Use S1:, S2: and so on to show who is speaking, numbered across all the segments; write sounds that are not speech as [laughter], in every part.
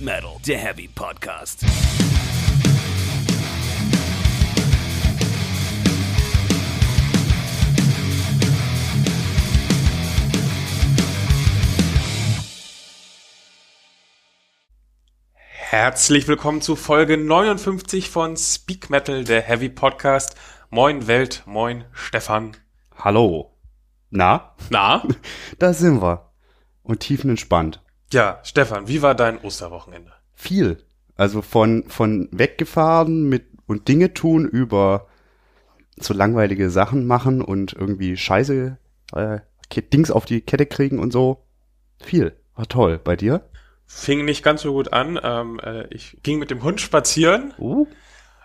S1: Metal, der Heavy Podcast.
S2: Herzlich willkommen zu Folge 59 von Speak Metal, der Heavy Podcast. Moin Welt, moin Stefan.
S3: Hallo. Na,
S2: Na?
S3: da sind wir. Und tiefenentspannt.
S2: Ja, Stefan, wie war dein Osterwochenende?
S3: Viel. Also von, von weggefahren mit und Dinge tun über so langweilige Sachen machen und irgendwie Scheiße, äh, Ke- Dings auf die Kette kriegen und so. Viel. War toll. Bei dir?
S2: Fing nicht ganz so gut an. Ähm, äh, ich ging mit dem Hund spazieren.
S3: Uh.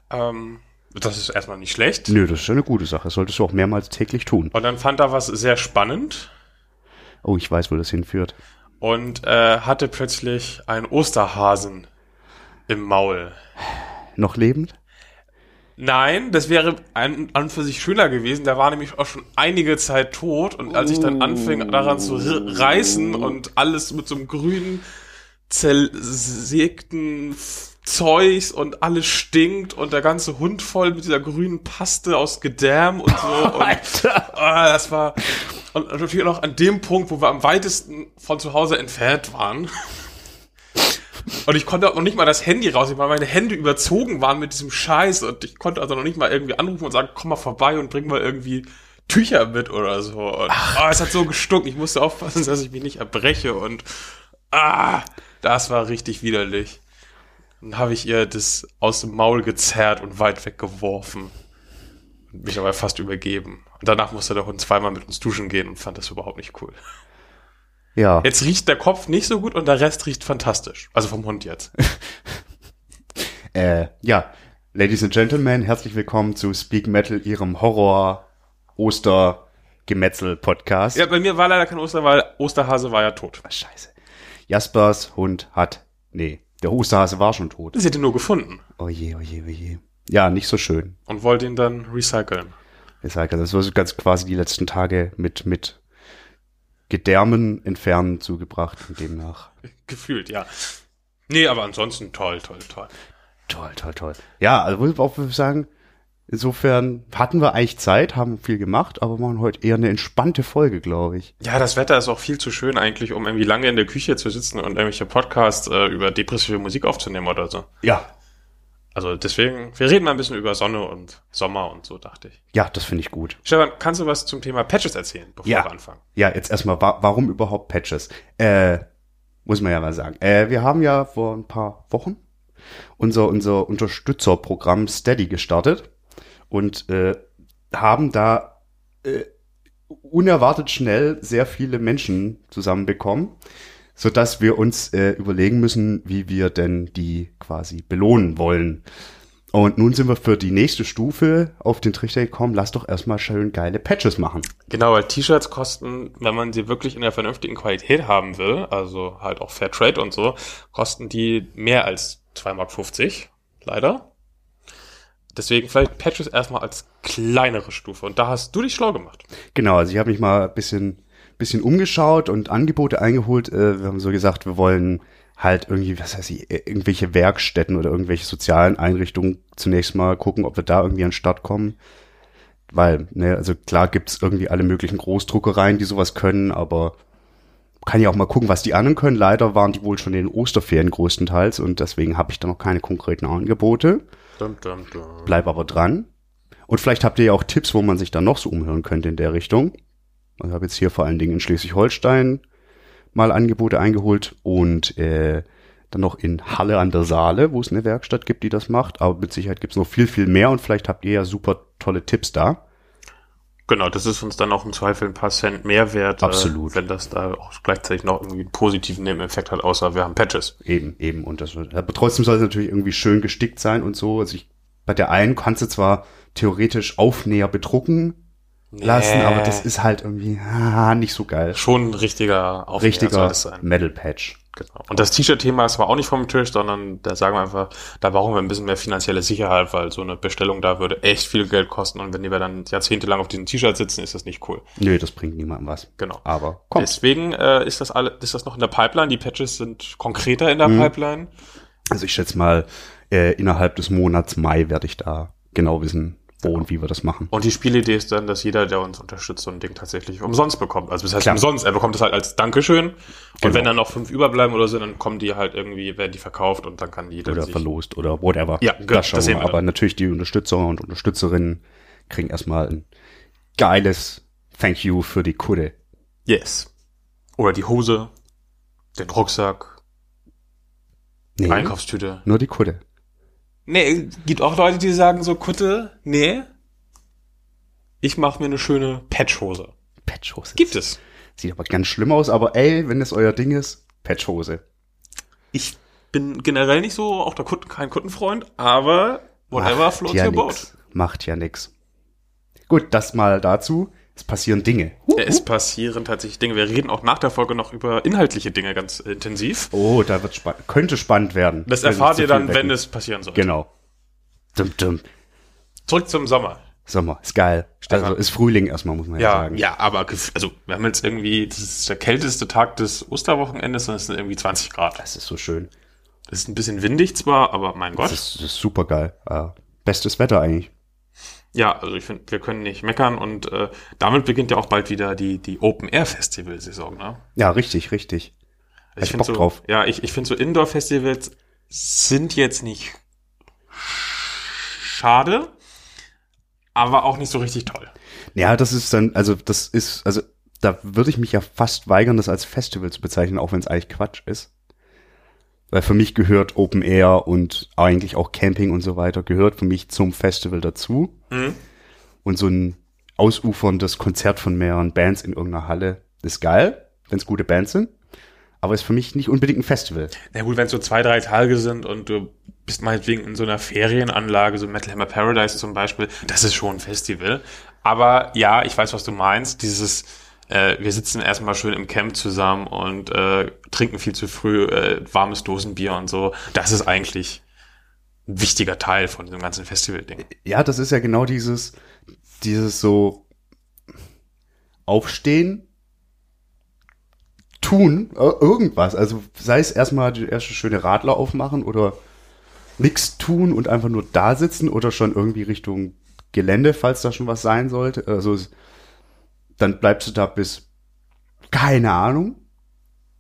S2: Ähm, das ist erstmal nicht schlecht.
S3: Nö, das ist ja eine gute Sache. Das solltest du auch mehrmals täglich tun.
S2: Und dann fand er was sehr spannend
S3: Oh, ich weiß, wo das hinführt.
S2: und äh, hatte plötzlich einen Osterhasen im Maul.
S3: Noch lebend?
S2: Nein, das wäre an, an und für sich schöner gewesen. Der war nämlich auch schon einige Zeit tot und als ich dann anfing daran zu ri- reißen und alles mit so einem grünen, zersägten Zeugs und alles stinkt und der ganze Hund voll mit dieser grünen Paste aus Gedärm und so. Und, Ah, das war und natürlich noch an dem Punkt, wo wir am weitesten von zu Hause entfernt waren. Und ich konnte auch noch nicht mal das Handy rausnehmen, weil meine Hände überzogen waren mit diesem Scheiß. Und ich konnte also noch nicht mal irgendwie anrufen und sagen, komm mal vorbei und bring mal irgendwie Tücher mit oder so. Und oh, es hat so gestunken. Ich musste aufpassen, [laughs] dass ich mich nicht erbreche. Und ah, das war richtig widerlich. Dann habe ich ihr das aus dem Maul gezerrt und weit weggeworfen. Und mich dabei fast übergeben. Und danach musste der Hund zweimal mit uns duschen gehen und fand das überhaupt nicht cool.
S3: Ja.
S2: Jetzt riecht der Kopf nicht so gut und der Rest riecht fantastisch. Also vom Hund jetzt.
S3: Äh, ja, Ladies and Gentlemen, herzlich willkommen zu Speak Metal, Ihrem Horror-Oster-Gemetzel-Podcast.
S2: Ja, bei mir war leider kein Oster, weil Osterhase war ja tot.
S3: Ah, Scheiße. Jaspers Hund hat. Nee, der Osterhase war schon tot.
S2: Sie hat ihn nur gefunden
S3: Oje, oje, oje. Ja, nicht so schön.
S2: und wollte ihn dann recyceln.
S3: Ich sage, das war so ganz quasi die letzten Tage mit, mit Gedärmen entfernen zugebracht und demnach.
S2: Gefühlt, ja. Nee, aber ansonsten toll, toll, toll.
S3: Toll, toll, toll. Ja, also muss ich auch sagen, insofern hatten wir eigentlich Zeit, haben viel gemacht, aber machen heute eher eine entspannte Folge, glaube ich.
S2: Ja, das Wetter ist auch viel zu schön eigentlich, um irgendwie lange in der Küche zu sitzen und irgendwelche Podcasts äh, über depressive Musik aufzunehmen oder so.
S3: Ja,
S2: Also deswegen, wir reden mal ein bisschen über Sonne und Sommer und so, dachte ich.
S3: Ja, das finde ich gut.
S2: Stefan, kannst du was zum Thema Patches erzählen, bevor
S3: Ja.
S2: wir anfangen?
S3: Ja, jetzt erstmal, wa warum überhaupt Patches? Äh, muss man ja mal sagen. Äh, wir haben ja vor ein paar Wochen unser, unser Unterstützerprogramm Steady gestartet und äh, haben da äh, unerwartet schnell sehr viele Menschen zusammenbekommen, sodass wir uns äh, überlegen müssen, wie wir denn die quasi belohnen wollen. Und nun sind wir für die nächste Stufe auf den Trichter gekommen, lass doch erstmal schön geile Patches machen.
S2: Genau, weil T-Shirts kosten, wenn man sie wirklich in der vernünftigen Qualität haben will, also halt auch Fair Trade und so, kosten die mehr als 2,50 Mark, leider. Deswegen vielleicht Patches erstmal als kleinere Stufe. Und da hast du dich schlau gemacht.
S3: Genau, also ich habe mich mal ein bisschen, bisschen umgeschaut und Angebote eingeholt. Äh, wir haben so gesagt, wir wollen halt irgendwie, was heißt ich, irgendwelche Werkstätten oder irgendwelche sozialen Einrichtungen zunächst mal gucken, ob wir da irgendwie an den Start kommen. Weil, ne, also klar gibt's irgendwie alle möglichen Großdruckereien, die sowas können, aber kann ja auch mal gucken, was die anderen können. Leider waren die wohl schon in den Osterferien größtenteils und deswegen habe ich da noch keine konkreten Angebote.
S2: Dum, dum, dum.
S3: Bleib aber dran. Und vielleicht habt ihr ja auch Tipps, wo man sich dann noch so umhören könnte in der Richtung. Also Ich habe jetzt hier vor allen Dingen in Schleswig-Holstein mal Angebote eingeholt und äh, dann noch in Halle an der Saale, wo es eine Werkstatt gibt, die das macht. Aber mit Sicherheit gibt es noch viel, viel mehr und vielleicht habt ihr ja super tolle Tipps da.
S2: Genau, das ist uns dann auch im Zweifel ein paar Cent mehr wert.
S3: Absolut.
S2: Äh, wenn das da auch gleichzeitig noch irgendwie einen positiven Nebeneffekt hat, außer wir haben Patches.
S3: Eben, eben. Und das, aber trotzdem soll es natürlich irgendwie schön gestickt sein und so. Also ich, bei der einen kannst du zwar theoretisch Aufnäher bedrucken lassen,
S2: Nee.
S3: aber das ist halt irgendwie [laughs] ah, nicht so geil.
S2: schon ein richtiger Aufwand soll
S3: richtiger
S2: das sein.
S3: Metal Patch.
S2: Genau. Und das T-Shirt-Thema ist zwar auch nicht vom Tisch, sondern da sagen wir einfach, da brauchen wir ein bisschen mehr finanzielle Sicherheit, weil so eine Bestellung da würde echt viel Geld kosten und wenn die wir dann jahrzehntelang auf diesem T-Shirt sitzen, ist das nicht cool.
S3: Nö, das bringt niemandem was.
S2: Genau.
S3: Aber kommt. Mhm.
S2: Deswegen äh, ist das alle, ist das noch in der Pipeline. Die Patches sind konkreter in der Pipeline.
S3: Also ich schätze mal, äh, innerhalb des Monats Mai werde ich da genau wissen, wo und wie wir das machen.
S2: Und die Spielidee ist dann, dass jeder, der uns unterstützt, so ein Ding tatsächlich umsonst bekommt. Also das heißt
S3: Klar.
S2: umsonst, er bekommt es halt als Dankeschön. Und
S3: Genau.
S2: wenn dann noch fünf überbleiben oder so, dann kommen die halt irgendwie, werden die verkauft und dann kann jeder
S3: Oder
S2: sich...
S3: verlost oder whatever.
S2: Ja, gut,
S3: das schauen
S2: das sehen wir
S3: wir. Aber
S2: dann.
S3: natürlich die Unterstützer und Unterstützerinnen kriegen erstmal ein geiles Thank you für die Kudde.
S2: Yes. Oder die Hose, den Rucksack,
S3: Nee,
S2: Einkaufstüte.
S3: nur die Kudde.
S2: Nee, gibt auch Leute, die sagen so, Kutte, nee, ich mache mir eine schöne Patchhose.
S3: Patchhose.
S2: Gibt es.
S3: Sieht aber ganz schlimm aus, aber ey, wenn das euer Ding ist, Patchhose.
S2: Ich bin generell nicht so, auch der Kunden, kein Kundenfreund, aber whatever
S3: Macht
S2: floats
S3: ja
S2: your boat.
S3: nix. Macht ja nix. Gut, das mal dazu. Es passieren Dinge. Huh,
S2: Es passieren tatsächlich Dinge. Wir reden auch nach der Folge noch über inhaltliche Dinge ganz intensiv.
S3: Oh, da wird spa könnte spannend werden.
S2: Das
S3: Will nicht
S2: erfahrt
S3: zu
S2: ihr
S3: viel
S2: dann, wenn
S3: wecken.
S2: es passieren soll.
S3: Genau. Dum, dum.
S2: Zurück zum Sommer.
S3: Sommer, ist geil.
S2: Stefan.
S3: Also ist Frühling erstmal, muss man ja,
S2: Ja,
S3: sagen.
S2: ja, aber gef- also wir haben jetzt irgendwie, das ist der kälteste Tag des Osterwochenendes und es sind irgendwie 20 Grad.
S3: Das ist so schön.
S2: Es ist ein bisschen windig zwar, aber mein
S3: Das
S2: Gott.
S3: ist, das ist super geil. Ja. Bestes Wetter eigentlich.
S2: Ja, also ich finde, wir können nicht meckern und äh, damit beginnt ja auch bald wieder die, die Open-Air-Festival-Saison, ne? Also
S3: Ja, richtig, richtig. Hab ich
S2: find
S3: Bock
S2: so,
S3: drauf.
S2: Ja, ich, ich finde so Indoor-Festivals sind jetzt nicht schade, aber auch nicht so richtig toll.
S3: Ja, das ist dann, also das ist, also da würde ich mich ja fast weigern, das als Festival zu bezeichnen, auch wenn es eigentlich Quatsch ist. Weil für mich gehört Open Air und eigentlich auch Camping und so weiter, gehört für mich zum Festival dazu. Und so ein ausuferndes Konzert von mehreren Bands in irgendeiner Halle ist geil, wenn es gute Bands sind. Aber ist für mich nicht unbedingt ein Festival.
S2: Na gut, wenn es so zwei, drei Tage sind und du bist meinetwegen in so einer Ferienanlage, so Metal Hammer Paradise zum Beispiel, das ist schon ein Festival. Aber ja, ich weiß, was du meinst. Dieses, äh, wir sitzen erstmal schön im Camp zusammen und äh, trinken viel zu früh äh, warmes Dosenbier und so. Das ist eigentlich ein wichtiger Teil von diesem ganzen Festival-Ding.
S3: Ja, das ist ja genau dieses, dieses so aufstehen, tun, äh, irgendwas. Also sei es erstmal die erste schöne Radler aufmachen oder nichts tun und einfach nur da sitzen oder schon irgendwie Richtung Gelände, falls da schon was sein sollte. Also es- dann bleibst du da bis keine Ahnung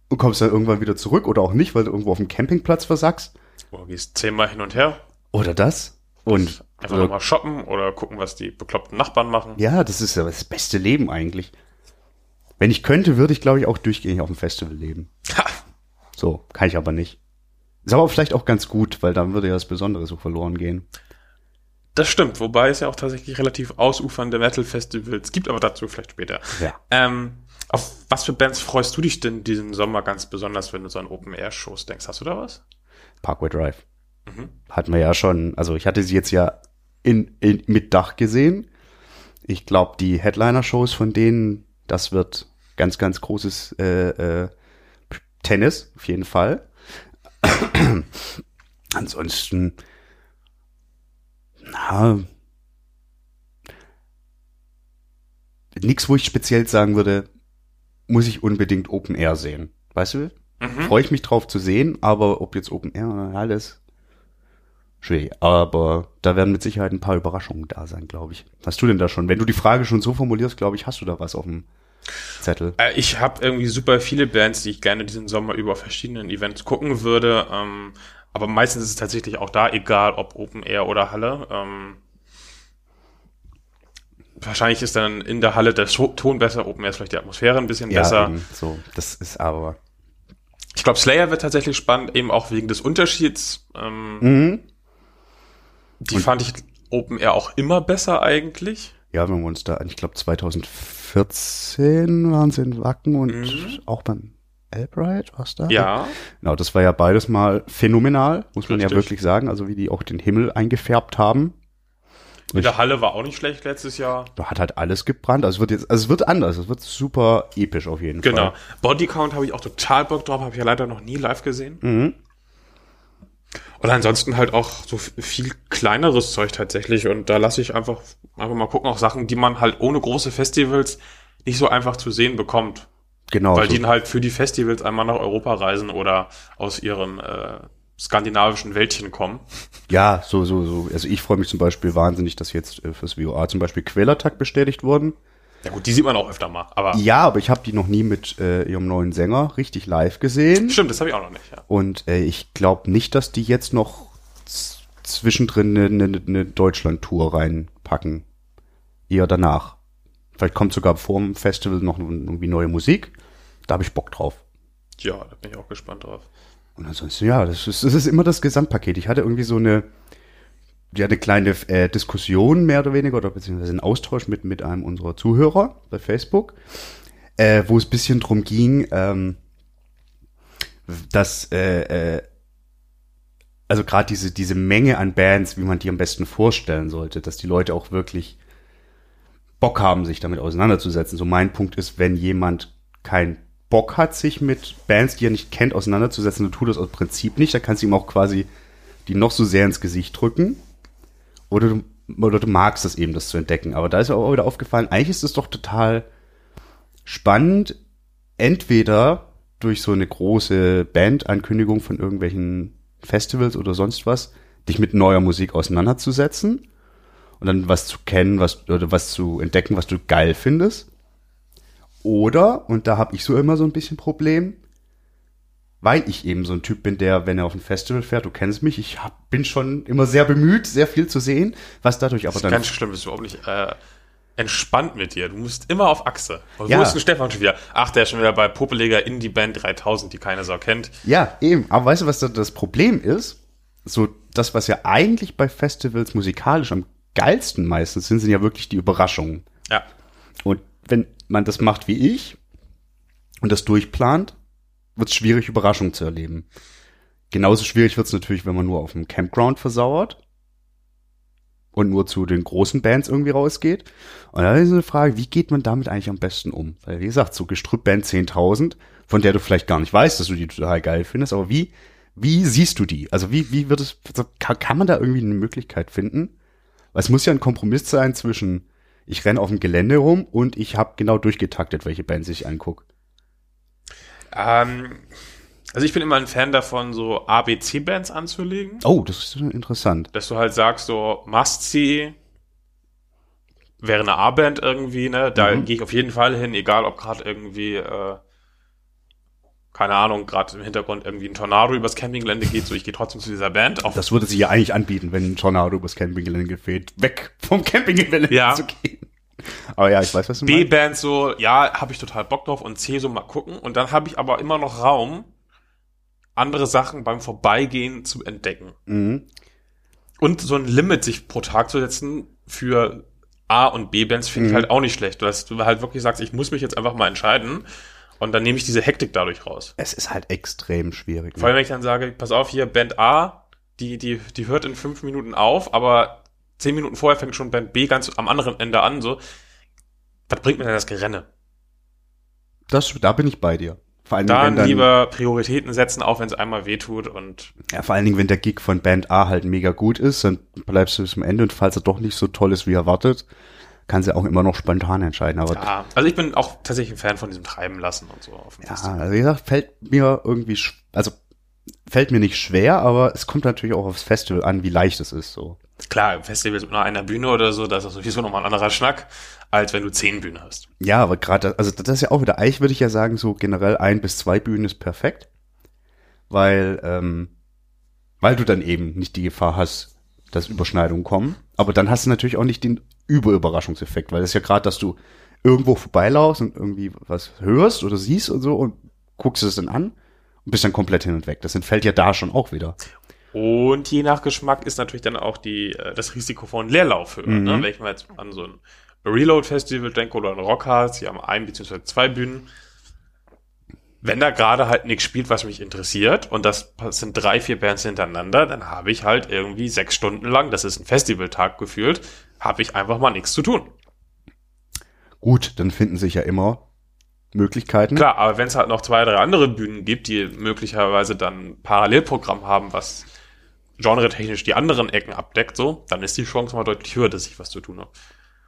S3: und kommst dann irgendwann wieder zurück oder auch nicht, weil du irgendwo auf dem Campingplatz versackst.
S2: Du gehst zehnmal hin und her,
S3: Oder das. Und
S2: einfach
S3: oder
S2: nochmal shoppen oder gucken, was die bekloppten Nachbarn machen.
S3: Ja, das ist ja das beste Leben eigentlich. Wenn ich könnte, würde ich, glaube ich, auch durchgängig auf dem Festival leben.
S2: Ha,
S3: So, kann ich aber nicht. Ist aber vielleicht auch ganz gut, weil dann würde ja das Besondere so verloren gehen.
S2: das stimmt, wobei es ja auch tatsächlich relativ ausufernde Metal-Festivals gibt, aber dazu vielleicht später.
S3: Ja.
S2: Ähm, auf was für Bands freust du dich denn diesen Sommer ganz besonders, wenn du so an Open-Air-Shows denkst? Hast du da was?
S3: Parkway Drive.
S2: Mhm.
S3: Hatten wir ja schon, also ich hatte sie jetzt ja in, in, mit Dach gesehen. Ich glaube, die Headliner-Shows von denen, das wird ganz, ganz großes äh, äh, Tennis, auf jeden Fall. [clears throat] Ansonsten, na, nix, wo ich speziell sagen würde, muss ich unbedingt Open Air sehen. Weißt du, Mhm.
S2: Mhm.
S3: freue ich mich drauf zu sehen, aber ob jetzt Open Air oder alles, schwierig. Aber da werden mit Sicherheit ein paar Überraschungen da sein, glaube ich. Hast du denn da schon? Wenn du die Frage schon so formulierst, glaube ich, hast du da was auf dem Zettel.
S2: Äh, ich habe irgendwie super viele Bands, die ich gerne diesen Sommer über auf verschiedenen Events gucken würde. Ähm, aber meistens ist es tatsächlich auch da, egal ob Open-Air oder Halle. Ähm, wahrscheinlich ist dann in der Halle der Scho- Ton besser, Open-Air ist vielleicht die Atmosphäre ein bisschen besser.
S3: eben, so, das ist aber.
S2: Ich glaube, Slayer wird tatsächlich spannend, eben auch wegen des Unterschieds. Ähm,
S3: Mhm.
S2: Die fand ich Open-Air auch immer besser eigentlich.
S3: Ja, wenn wir uns da an, ich glaube 2014 waren sie in Wacken und auch beim Albright, was da?
S2: Mhm. Ja,
S3: Genau, das war ja beides mal phänomenal, muss man ja
S2: Richtig.
S3: wirklich sagen. Also wie die auch den Himmel eingefärbt haben.
S2: in der Halle war auch nicht schlecht letztes Jahr.
S3: Da hat halt alles gebrannt. Also es wird jetzt, also es wird anders. Es wird super episch auf jeden
S2: Genau.
S3: Fall.
S2: Bodycount habe ich auch total Bock drauf, habe ich ja leider noch nie live gesehen.
S3: Mhm.
S2: Und ansonsten halt auch so f- viel kleineres Zeug tatsächlich. Und da lasse ich einfach, einfach mal gucken, auch Sachen, die man halt ohne große Festivals nicht so einfach zu sehen bekommt.
S3: Genau.
S2: weil
S3: so-
S2: die dann halt für die Festivals einmal nach Europa reisen oder aus ihrem äh, skandinavischen Wäldchen kommen.
S3: Ja, so, so, so. Also ich freue mich zum Beispiel wahnsinnig, dass jetzt äh, fürs VOA zum Beispiel Quellertag bestätigt wurden.
S2: Ja gut, die sieht man auch öfter mal, aber
S3: Ja, aber ich habe die noch nie mit äh, ihrem neuen Sänger richtig live gesehen.
S2: stimmt, das habe ich auch noch nicht. Ja.
S3: Und äh, ich glaube nicht, dass die jetzt noch z- zwischendrin ne, eine, eine, eine Deutschland-Tour reinpacken. Eher danach. Vielleicht kommt sogar vor dem Festival noch irgendwie neue Musik. Da habe ich Bock drauf.
S2: ja, da bin ich auch gespannt drauf.
S3: Und ansonsten, ja, das ist, das ist immer das Gesamtpaket. Ich hatte irgendwie so eine, ja, eine kleine äh, Diskussion mehr oder weniger, oder beziehungsweise einen Austausch mit, mit einem unserer Zuhörer bei Facebook, äh, wo es ein bisschen drum ging, ähm, dass, äh, äh, also gerade diese, diese Menge an Bands, wie man die am besten vorstellen sollte, dass die Leute auch wirklich Bock haben, sich damit auseinanderzusetzen. So mein Punkt ist, wenn jemand keinen Bock hat, sich mit Bands, die er nicht kennt, auseinanderzusetzen, dann tut das aus Prinzip nicht. Da kannst du ihm auch quasi die noch so sehr ins Gesicht drücken. Oder du, oder du magst es eben, das zu entdecken. Aber da ist mir auch wieder aufgefallen, eigentlich ist es doch total spannend, entweder durch so eine große Bandankündigung von irgendwelchen Festivals oder sonst was, dich mit neuer Musik auseinanderzusetzen und dann was zu kennen, was oder was zu entdecken, was du geil findest. Oder, und da habe ich so immer so ein bisschen Problem, weil ich eben so ein Typ bin, der, wenn er auf ein Festival fährt, du kennst mich, ich hab, bin schon immer sehr bemüht, sehr viel zu sehen, was dadurch aber
S2: Das ist
S3: dann
S2: ganz schlimm, das ist überhaupt nicht äh, entspannt mit dir. Du musst immer auf Achse. Und
S3: Ja.
S2: Wo ist denn Stefan schon wieder? Ach, der ist schon wieder bei Popeliger Indie Band 3000, die keine Sau kennt.
S3: Ja, eben. Aber weißt du, was da das Problem ist? So, das, was ja eigentlich bei Festivals musikalisch am geilsten meistens sind, sind ja wirklich die Überraschungen.
S2: Ja,
S3: Und wenn man das macht wie ich und das durchplant, wird es schwierig, Überraschungen zu erleben. Genauso schwierig wird es natürlich, wenn man nur auf dem Campground versauert und nur zu den großen Bands irgendwie rausgeht. Und da ist eine Frage, wie geht man damit eigentlich am besten um? Weil, wie gesagt, so Gestrüpp-Band 10.000, von der du vielleicht gar nicht weißt, dass du die total geil findest, aber wie, wie siehst du die? Also wie, wie wird es, kann, kann man da irgendwie eine Möglichkeit finden? Weil es muss ja ein Kompromiss sein zwischen, ich renn auf dem Gelände rum und ich habe genau durchgetaktet, welche Bands ich anguck.
S2: Ähm, also ich bin immer ein Fan davon, so ABC-Bands anzulegen.
S3: Oh, das ist interessant.
S2: Dass du halt sagst, so Must-See wäre eine A-Band irgendwie, ne? Da
S3: Mhm.
S2: gehe ich auf jeden Fall hin, egal ob gerade irgendwie, äh, keine Ahnung, gerade im Hintergrund irgendwie ein Tornado übers Campinggelände geht, so ich gehe trotzdem zu dieser Band. Auch
S3: Das würde sich ja eigentlich anbieten, wenn ein Tornado übers Campinggelände fährt, weg vom Campinggelände
S2: Ja.
S3: zu gehen. Aber ja, ich weiß, was du meinst.
S2: B-Band so, ja, habe ich total Bock drauf und C so mal gucken. Und dann habe ich aber immer noch Raum, andere Sachen beim Vorbeigehen zu entdecken.
S3: Mhm.
S2: Und so ein Limit sich pro Tag zu setzen für A- und B-Bands finde ich halt auch nicht schlecht. Dass du halt wirklich sagst, ich muss mich jetzt einfach mal entscheiden und dann nehme ich diese Hektik dadurch raus.
S3: Es ist halt extrem schwierig.
S2: Vor
S3: Ne?
S2: allem, wenn ich dann sage, pass auf, hier Band A, die, die, die hört in fünf Minuten auf, aber zehn Minuten vorher fängt schon Band B ganz am anderen Ende an, so. Was bringt mir denn das Gerenne?
S3: Das, da bin ich bei dir. Vor allen, Dingen,
S2: Dann,
S3: wenn dann,
S2: lieber Prioritäten setzen, auch wenn es einmal wehtut und
S3: ja, vor allen Dingen, wenn der Gig von Band A halt mega gut ist, dann bleibst du bis zum Ende und falls er doch nicht so toll ist, wie erwartet, kannst du auch immer noch spontan entscheiden. Aber
S2: ja. Also ich bin auch tatsächlich ein Fan von diesem Treiben lassen und so auf dem
S3: Ja,
S2: Festival.
S3: also wie gesagt, fällt mir irgendwie, sch- also fällt mir nicht schwer, aber es kommt natürlich auch aufs Festival an, wie leicht es ist. So.
S2: Klar, im Festival mit nur einer Bühne oder so, das ist sowieso nochmal ein anderer Schnack, als wenn du zehn Bühnen hast.
S3: Ja, aber gerade, also das ist ja auch wieder, eigentlich würde ich ja sagen, so generell ein bis zwei Bühnen ist perfekt, weil, ähm, weil du dann eben nicht die Gefahr hast, dass Überschneidungen kommen. Aber dann hast du natürlich auch nicht den Überüberraschungseffekt, weil das ist ja gerade, dass du irgendwo vorbeilaufst und irgendwie was hörst oder siehst und so und guckst es dann an und bist dann komplett hin und weg. Das entfällt ja da schon auch wieder.
S2: Und je nach Geschmack ist natürlich dann auch die, äh, das Risiko von Leerlauf höher.
S3: Mhm.
S2: Ne? Wenn ich mal jetzt an so ein Reload-Festival denke oder ein Rockhards, die haben ein bzw. zwei Bühnen. Wenn da gerade halt nichts spielt, was mich interessiert, und das sind drei, vier Bands hintereinander, dann habe ich halt irgendwie sechs Stunden lang, das ist ein Festivaltag gefühlt, habe ich einfach mal nichts zu tun.
S3: Gut, dann finden sich ja immer Möglichkeiten.
S2: Klar, aber wenn es halt noch zwei, drei andere Bühnen gibt, die möglicherweise dann ein Parallelprogramm haben, was genretechnisch die anderen Ecken abdeckt, so, dann ist die Chance mal deutlich höher, dass ich was zu tun habe.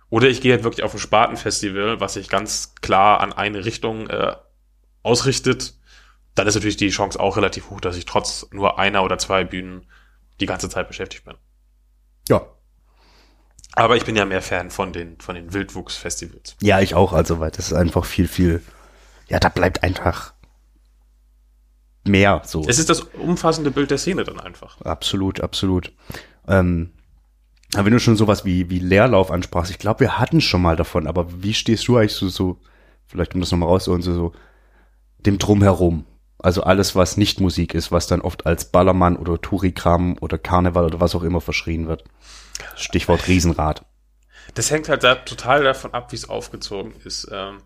S2: Oder ich gehe halt wirklich auf ein Spatenfestival, was sich ganz klar an eine Richtung äh, ausrichtet dann ist natürlich die Chance auch relativ hoch, dass ich trotz nur einer oder zwei Bühnen die ganze Zeit beschäftigt bin.
S3: Ja.
S2: Aber ich bin ja mehr Fan von den, von den Wildwuchs-Festivals.
S3: Ja, ich auch, also, weil das ist einfach viel, viel, ja, da bleibt einfach mehr so.
S2: Es ist das umfassende Bild der Szene dann einfach.
S3: Absolut, absolut. Ähm, aber wenn du schon sowas wie, wie Leerlauf ansprachst, ich glaube, wir hatten schon mal davon, aber wie stehst du eigentlich so, so vielleicht um das nochmal rauszuholen, so, so dem Drumherum? Also alles, was nicht Musik ist, was dann oft als Ballermann oder Tourikram oder Karneval oder was auch immer verschrien wird. Stichwort Riesenrad.
S2: Das hängt halt da total davon ab, wie es aufgezogen ist. Ähm,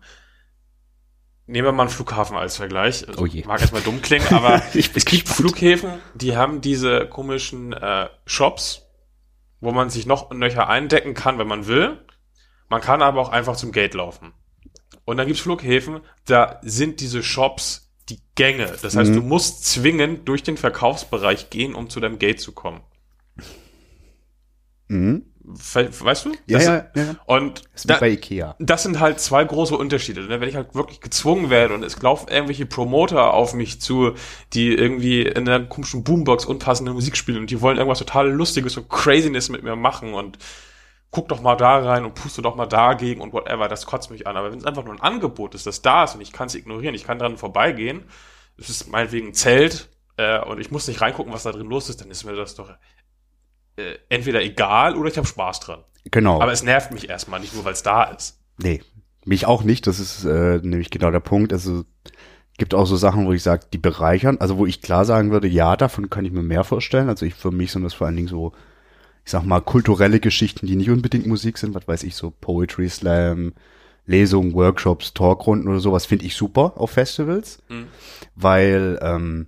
S2: nehmen wir mal einen Flughafen als Vergleich. Also,
S3: Oh je.
S2: Mag erstmal dumm klingen, aber
S3: [laughs] Ich bin
S2: es gibt
S3: gespannt.
S2: Flughäfen, die haben diese komischen äh, Shops, wo man sich noch und nöcher eindecken kann, wenn man will. Man kann aber auch einfach zum Gate laufen. Und dann gibt's Flughäfen, da sind diese Shops die Gänge. Das heißt,
S3: Mhm.
S2: du musst zwingend durch den Verkaufsbereich gehen, um zu deinem Gate zu kommen.
S3: Mhm.
S2: Ver weißt du?
S3: Ja,
S2: Das-
S3: ja, ja, ja.
S2: Und
S3: Ist wie
S2: da,
S3: bei Ikea.
S2: das sind halt zwei große Unterschiede. Ne? Wenn ich halt wirklich gezwungen werde und es laufen irgendwelche Promoter auf mich zu, die irgendwie in einer komischen Boombox unpassende Musik spielen und die wollen irgendwas total Lustiges und Craziness mit mir machen und guck doch mal da rein und puste doch mal dagegen und whatever, das kotzt mich an. Aber wenn es einfach nur ein Angebot ist, das da ist und ich kann es ignorieren, ich kann dran vorbeigehen, es ist meinetwegen ein Zelt äh, und ich muss nicht reingucken, was da drin los ist, dann ist mir das doch äh, entweder egal oder ich habe Spaß dran.
S3: Genau.
S2: Aber es nervt mich erstmal nicht nur, weil es da ist.
S3: Nee, mich auch nicht. Das ist äh, nämlich genau der Punkt. Also gibt auch so Sachen, wo ich sage, die bereichern. Also wo ich klar sagen würde, ja, davon kann ich mir mehr vorstellen. Also ich für mich sind das vor allen Dingen so, ich sag mal, kulturelle Geschichten, die nicht unbedingt Musik sind. Was weiß ich, so Poetry Slam, Lesungen, Workshops, Talkrunden oder sowas finde ich super auf Festivals,
S2: Mhm.
S3: weil ähm,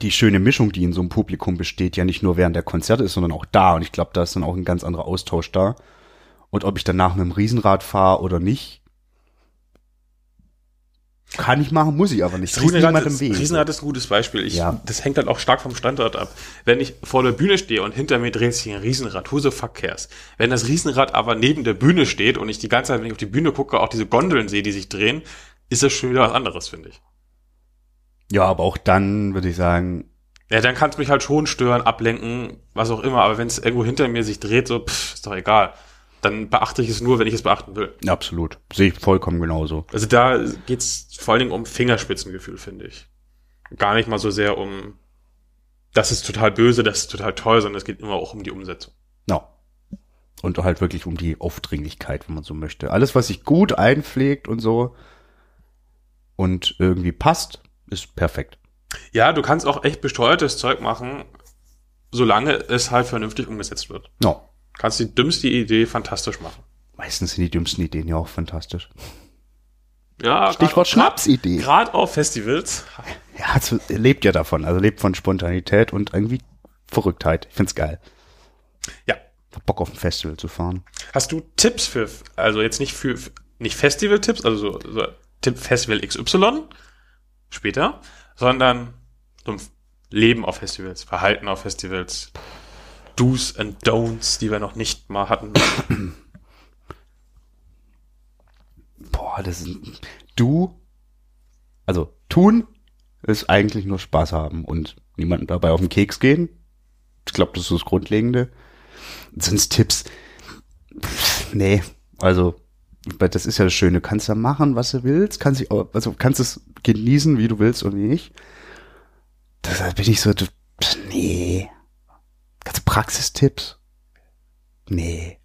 S3: die schöne Mischung, die in so einem Publikum besteht, ja nicht nur während der Konzerte ist, sondern auch da. Und ich glaube, da ist dann auch ein ganz anderer Austausch da. Und ob ich danach mit dem Riesenrad fahre oder nicht, kann ich machen, muss ich aber nicht. Tut
S2: Riesenrad
S3: niemand
S2: ist,
S3: im Weg.
S2: Riesenrad ist ein gutes Beispiel. Ich,
S3: Ja.
S2: Das hängt halt auch stark vom Standort ab. Wenn ich vor der Bühne stehe und hinter mir dreht sich ein Riesenrad, who the fuck cares? Wenn das Riesenrad aber neben der Bühne steht und ich die ganze Zeit, wenn ich auf die Bühne gucke, auch diese Gondeln sehe, die sich drehen, ist das schon wieder was anderes, finde ich.
S3: Ja, aber auch dann würde ich sagen,
S2: Ja, dann kann es mich halt schon stören, ablenken, was auch immer. Aber wenn es irgendwo hinter mir sich dreht, so, pff, ist doch egal. Dann beachte ich es nur, wenn ich es beachten will.
S3: absolut. Sehe ich vollkommen genauso.
S2: Also da geht's vor allen Dingen um Fingerspitzengefühl, finde ich. Gar nicht mal so sehr um, das ist total böse, das ist total toll, sondern es geht immer auch um die Umsetzung.
S3: No. Und halt wirklich um die Aufdringlichkeit, wenn man so möchte. Alles, was sich gut einpflegt und so und irgendwie passt, ist perfekt.
S2: Ja, du kannst auch echt besteuertes Zeug machen, solange es halt vernünftig umgesetzt wird.
S3: No.
S2: Kannst die dümmste Idee fantastisch machen.
S3: Meistens sind die dümmsten Ideen ja auch fantastisch.
S2: Ja,
S3: Stichwort Schnapsidee.
S2: Gerade auf Festivals.
S3: Ja, es lebt ja davon. Also lebt von Spontanität und irgendwie Verrücktheit. Ich find's geil.
S2: Ja.
S3: Hab Bock auf ein Festival zu fahren.
S2: Hast du Tipps für, also jetzt nicht für, nicht Festival-Tipps, also so, so Tipp Festival XY später, sondern zum Leben auf Festivals, Verhalten auf Festivals, Do's and Don'ts, die wir noch nicht mal hatten.
S3: Boah, das ist du. Also tun ist eigentlich nur Spaß haben und niemandem dabei auf den Keks gehen. Ich glaube, das ist das Grundlegende. Sind's Tipps? Pff, Nee, also weil das ist ja das Schöne. Du kannst ja machen, was du willst, kannst dich, au- also kannst es genießen, wie du willst und wie nicht. Deshalb bin ich so, du- pff, nee. Ganze Praxistipps? Nee.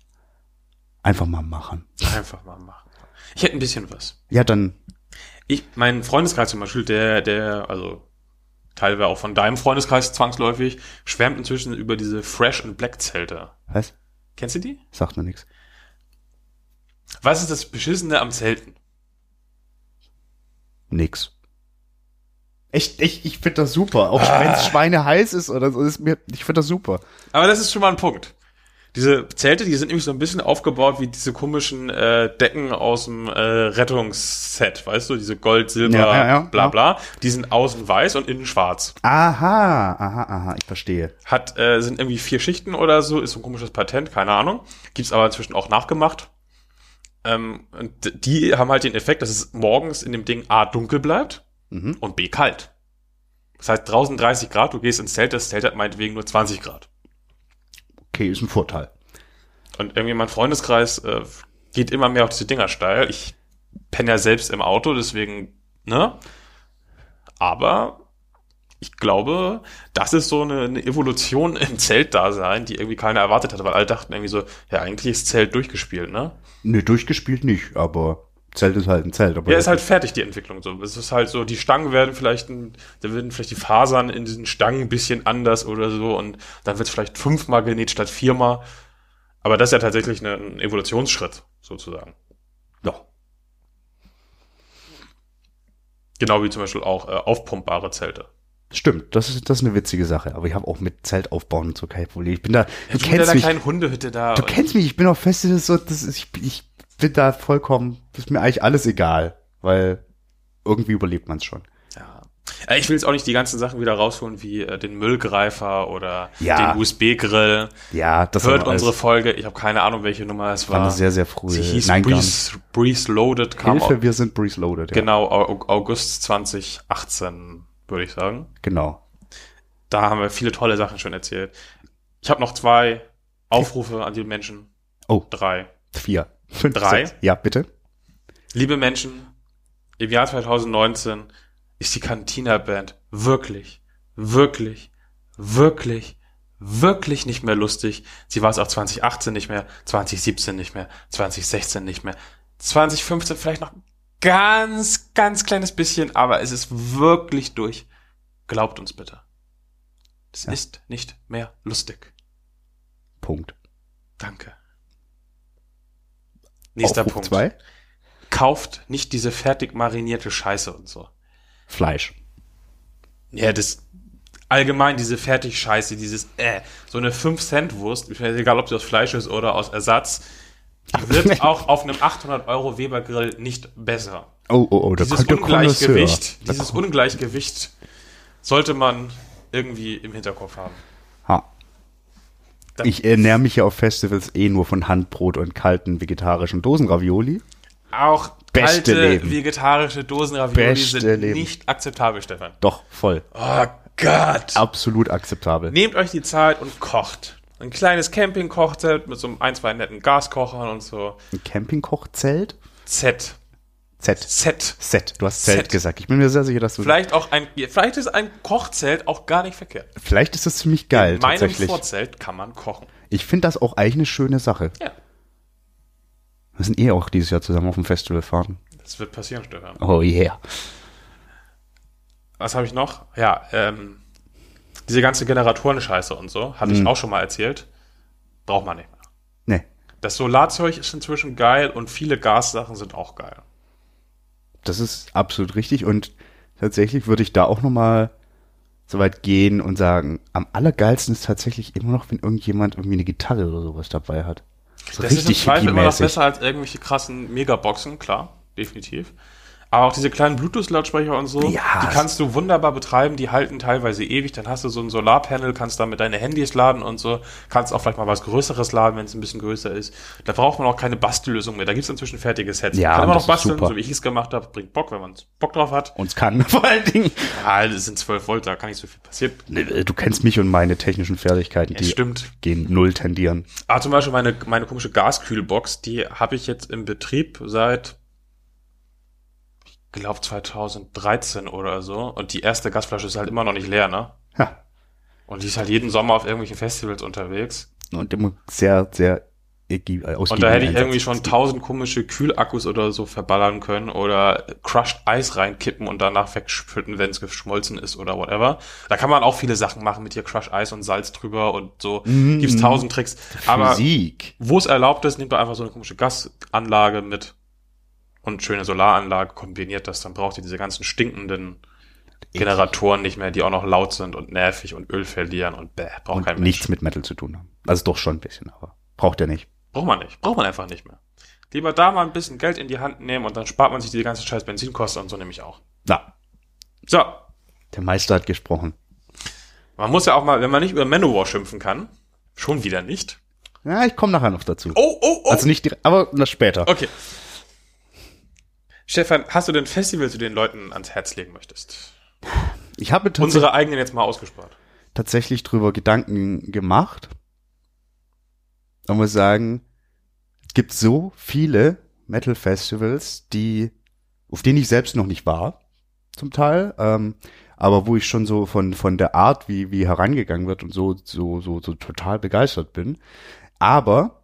S3: Einfach mal machen.
S2: Einfach mal machen. Ich hätte ein bisschen was.
S3: Ja, dann
S2: Ich, mein Freundeskreis zum Beispiel, der, der, also teilweise auch von deinem Freundeskreis zwangsläufig, schwärmt inzwischen über diese Fresh and Black Zelte.
S3: Was?
S2: Kennst du die?
S3: Sagt mir nichts.
S2: Was ist das Beschissene am Zelten?
S3: Nix. Echt, ich, ich finde das super. Auch wenn
S2: Ah.
S3: es schweineheiß ist oder so, ist mir, ich finde das super.
S2: Aber das ist schon mal ein Punkt. Diese Zelte, die sind nämlich so ein bisschen aufgebaut wie diese komischen äh, Decken aus dem äh, Rettungsset, weißt du, diese Gold, Silber,
S3: Ja, ja, ja,
S2: bla
S3: ja.
S2: bla. Die sind außen weiß und innen schwarz.
S3: Aha, aha, aha, ich verstehe.
S2: Hat, äh, sind irgendwie vier Schichten oder so, ist so ein komisches Patent, keine Ahnung. Gibt's aber inzwischen auch nachgemacht. Ähm, und d- die haben halt den Effekt, dass es morgens in dem Ding A dunkel bleibt
S3: Mhm.
S2: und B kalt. Das heißt, draußen 30 Grad, du gehst ins Zelt, das Zelt hat meinetwegen nur 20 Grad.
S3: Okay, ist ein Vorteil.
S2: Und irgendwie mein Freundeskreis äh, geht immer mehr auf diese Dinger steil. Ich penne ja selbst im Auto, deswegen, ne? Aber ich glaube, das ist so eine, eine Evolution [laughs] im Zeltdasein, die irgendwie keiner erwartet hatte, weil alle dachten irgendwie so, ja, eigentlich ist Zelt durchgespielt, ne?
S3: Ne, durchgespielt nicht, aber Zelt ist halt ein Zelt. Aber
S2: Ja, ist halt fertig, die Entwicklung so. Es ist halt so, die Stangen werden vielleicht, ein, da werden vielleicht die Fasern in diesen Stangen ein bisschen anders oder so und dann wird es vielleicht fünfmal genäht statt viermal. Aber das ist ja tatsächlich eine, ein Evolutionsschritt, sozusagen.
S3: ja.
S2: Genau wie zum Beispiel auch äh, aufpumpbare Zelte.
S3: Stimmt, das ist, das ist eine witzige Sache. Aber ich habe auch mit Zelt aufbauen und so kein Problem. Ich bin da, du
S2: Schon wieder
S3: kennst
S2: da
S3: mich,
S2: kleine Hundehütte da.
S3: du kennst mich, ich bin auch fest, das ist so, das ist, ich, ich bin da vollkommen, ist mir eigentlich alles egal, weil irgendwie überlebt man es schon.
S2: ja. Äh, Ich will jetzt auch nicht die ganzen Sachen wieder rausholen, wie äh, den Müllgreifer oder
S3: Ja.
S2: den USB-Grill.
S3: Ja, das haben
S2: Hört
S3: wir alles-
S2: unsere Folge, ich habe keine Ahnung, welche Nummer es
S3: war
S2: war.
S3: eine sehr, sehr frühe.
S2: Sie hieß
S3: Nein, gar nicht.
S2: Breeze, Breeze Loaded, kam
S3: Hilfe, wir sind Breeze Loaded. Ja.
S2: Genau, Au- August 2018, würde ich sagen.
S3: Genau.
S2: Da haben wir viele tolle Sachen schon erzählt. Ich habe noch zwei Aufrufe an die Menschen.
S3: Oh.
S2: Drei.
S3: Vier. Fünf,
S2: Drei.
S3: Sechs. Ja, bitte.
S2: Liebe Menschen, im Jahr 2019 ist die Cantina Band wirklich, wirklich, wirklich, wirklich nicht mehr lustig. Sie war es auch 2018 nicht mehr, 2017 nicht mehr, 2016 nicht mehr, 2015 vielleicht noch ganz, ganz kleines bisschen, aber es ist wirklich durch. Glaubt uns bitte. Es
S3: Ja.
S2: ist nicht mehr lustig.
S3: Punkt.
S2: Danke. Nächster
S3: Aufruf
S2: Punkt.
S3: Zwei.
S2: Kauft nicht diese fertig marinierte Scheiße und so.
S3: Fleisch.
S2: Ja, das allgemein diese Fertigscheiße, dieses äh, so eine 5 Cent Wurst, ich weiß, egal ob sie aus Fleisch ist oder aus Ersatz, die wird auch auf einem 800 Euro Weber Grill nicht besser.
S3: Oh, oh, oh, da
S2: Dieses
S3: kommt der Connoisseur.
S2: Ungleichgewicht, dieses Ungleichgewicht sollte man irgendwie im Hinterkopf haben.
S3: Ha.
S2: Da-
S3: Ich ernähre mich ja auf Festivals eh nur von Handbrot und kalten vegetarischen Dosenravioli.
S2: Auch
S3: Beste
S2: alte
S3: Leben.
S2: vegetarische Dosenravioli
S3: Beste
S2: sind
S3: Leben.
S2: nicht akzeptabel, Stefan.
S3: Doch, voll.
S2: Oh Gott.
S3: Absolut akzeptabel.
S2: Nehmt euch die Zeit und kocht. Ein kleines Camping-Kochzelt mit so einem ein, zwei netten Gaskochern und so.
S3: Ein Campingkochzelt?
S2: Z.
S3: Z.
S2: Set.
S3: Set. Du hast Zelt
S2: Set.
S3: gesagt. Ich bin mir sehr sicher, dass du.
S2: Vielleicht auch ein, vielleicht ist ein Kochzelt auch gar nicht verkehrt.
S3: Vielleicht ist das ziemlich geil,
S2: In meinem
S3: Äh, tatsächlich.
S2: Vorzelt kann man kochen.
S3: Ich finde das auch eigentlich eine schöne Sache.
S2: Ja.
S3: Wir sind eh auch dieses Jahr zusammen auf dem Festival fahren.
S2: Das wird passieren, Stefan.
S3: Oh yeah.
S2: Was habe ich noch? Ja, ähm, diese ganze Generatoren-Scheiße und so, hatte ich auch schon mal erzählt. Braucht man nicht mehr.
S3: Nee.
S2: Das Solarzeug ist inzwischen geil und viele Gassachen sind auch geil.
S3: Das ist absolut richtig und tatsächlich würde ich da auch nochmal so weit gehen und sagen, am allergeilsten ist tatsächlich immer noch, wenn irgendjemand irgendwie eine Gitarre oder sowas dabei hat. So
S2: Das ist im Zweifel immer noch
S3: hippie-mäßig.
S2: besser als irgendwelche krassen Megaboxen, klar, definitiv. Aber auch diese kleinen Bluetooth-Lautsprecher und so,
S3: Ja.
S2: die kannst du wunderbar betreiben, die halten teilweise ewig, dann hast du so ein Solarpanel, kannst damit deine Handys laden und so, kannst auch vielleicht mal was Größeres laden, wenn es ein bisschen größer ist. Da braucht man auch keine Bastellösung mehr, da gibt's inzwischen fertige Sets.
S3: Ja,
S2: Kann
S3: und
S2: man
S3: das
S2: noch
S3: ist
S2: basteln,
S3: super.
S2: so wie ich es gemacht habe, bringt Bock, wenn man Bock drauf hat.
S3: Uns kann [laughs] vor allen Dingen.
S2: Ja, das sind 12 Volt, da kann nicht so viel passieren.
S3: Du kennst mich und meine technischen Fertigkeiten,
S2: Ja,
S3: die
S2: stimmt.
S3: gegen null tendieren.
S2: Ah, zum Beispiel meine, meine komische Gaskühlbox, die habe ich jetzt im Betrieb seit, ich glaube, 2013 oder so. Und die erste Gasflasche ist halt immer noch nicht leer, ne?
S3: Ja.
S2: Und die ist halt jeden Sommer auf irgendwelchen Festivals unterwegs.
S3: Und immer sehr, sehr ergie- äh, ausgiebig.
S2: Und da hätte ich irgendwie schon tausend komische Kühlakkus oder so verballern können oder crushed Eis reinkippen und danach wegspütten, wenn es geschmolzen ist oder whatever. Da kann man auch viele Sachen machen mit hier crushed Eis und Salz drüber und so. Gibt's tausend Tricks. Aber
S3: Physik.
S2: wo es erlaubt ist, nehmt ihr einfach so eine komische Gasanlage mit und schöne Solaranlage, kombiniert das, dann braucht ihr diese ganzen stinkenden Generatoren nicht mehr, die auch noch laut sind und nervig und Öl verlieren und bäh, braucht
S3: Und
S2: kein Mensch.
S3: nichts mit Metal zu tun haben. Also doch schon ein bisschen, aber braucht er nicht.
S2: Braucht man nicht, braucht man einfach nicht mehr. Lieber da mal ein bisschen Geld in die Hand nehmen und dann spart man sich diese ganzen scheiß Benzinkosten und so nehme ich auch.
S3: Na,
S2: So,
S3: der Meister hat gesprochen.
S2: man muss ja auch mal, wenn man nicht über Manowar schimpfen kann, schon wieder nicht.
S3: Ja, ich komme nachher noch dazu.
S2: Oh, oh, oh,
S3: Also nicht direkt, aber das später.
S2: Okay. Stefan, hast du denn Festivals, die du den Leuten ans Herz legen möchtest?
S3: Ich habe tats
S2: Unsere eigenen jetzt mal ausgespart.
S3: tatsächlich drüber Gedanken gemacht. Man muss sagen, es gibt so viele Metal-Festivals, die, auf denen ich selbst noch nicht war, zum Teil, ähm, aber wo ich schon so von, von der Art, wie, wie herangegangen wird und so, so, so, so total begeistert bin. Aber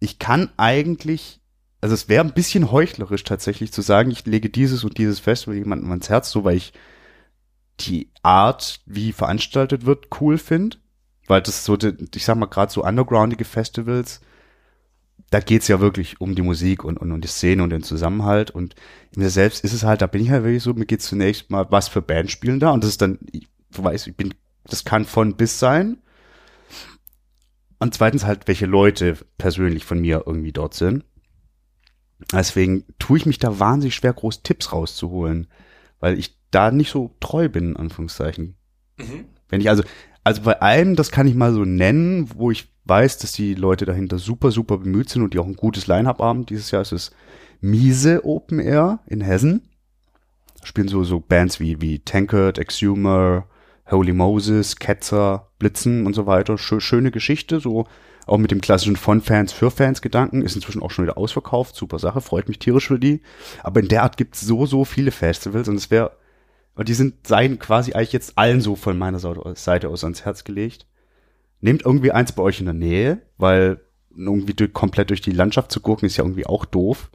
S3: ich kann eigentlich, also es wäre ein bisschen heuchlerisch tatsächlich zu sagen, ich lege dieses und dieses Festival jemandem ans Herz, so weil ich die Art, wie veranstaltet wird, cool finde. Weil das so, die- ich sag mal, gerade so undergroundige Festivals, da geht's ja wirklich um die Musik und, und, und die Szene und den Zusammenhalt. Und mir selbst ist es halt, da bin ich halt wirklich so, mir geht's zunächst mal, was für Bands spielen da. Und das ist dann, ich weiß, ich bin, das kann von bis sein. Und zweitens halt, welche Leute persönlich von mir irgendwie dort sind. Deswegen tue ich mich da wahnsinnig schwer, groß Tipps rauszuholen, weil ich da nicht so treu bin, in Anführungszeichen. Wenn ich also, also bei allem, das kann ich mal so nennen, wo ich weiß, dass die Leute dahinter super, super bemüht sind und die auch ein gutes Line-Up haben. Dieses Jahr ist es Miese Open Air in Hessen. Da spielen so, so Bands wie, wie Tankard, Exhumer, Holy Moses, Ketzer, Blitzen und so weiter. Schö- schöne Geschichte, so auch mit dem klassischen von Fans für Fans Gedanken. Ist inzwischen auch schon wieder ausverkauft. Super Sache, freut mich tierisch für die. Aber in der Art gibt's so, so viele Festivals und es wäre und die sind seien quasi eigentlich jetzt allen so von meiner Sau- Seite aus ans Herz gelegt. Nehmt irgendwie eins bei euch in der Nähe, weil irgendwie durch, komplett durch die Landschaft zu gucken ist ja irgendwie auch doof.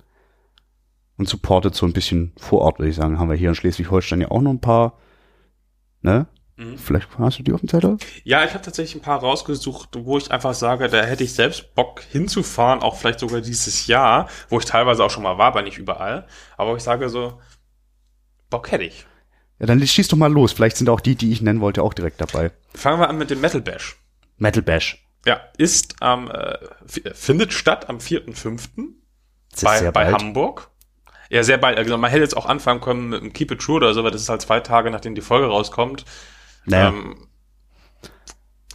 S3: Und supportet so ein bisschen vor Ort, würde ich sagen. Haben wir hier in Schleswig-Holstein ja auch noch ein paar. Ne?
S2: Mhm.
S3: Vielleicht hast du die auf dem Zettel?
S2: Ja, ich habe tatsächlich ein paar rausgesucht, wo ich einfach sage, da hätte ich selbst Bock hinzufahren, auch vielleicht sogar dieses Jahr, wo ich teilweise auch schon mal war, aber nicht überall. Aber wo ich sage so, Bock hätte ich.
S3: Ja, dann schieß doch mal los. Vielleicht sind auch die, die ich nennen wollte, auch direkt dabei.
S2: Fangen wir an mit dem Metal Bash.
S3: Metal Bash.
S2: Ja, ist am, äh, f- findet statt am 4.5.
S3: Das ist
S2: bei,
S3: sehr
S2: bei
S3: bald.
S2: Hamburg. Ja, sehr bald. Also man hätte jetzt auch anfangen können mit dem Keep It True oder so, weil das ist halt zwei Tage, nachdem die Folge rauskommt.
S3: Naja.
S2: Ähm,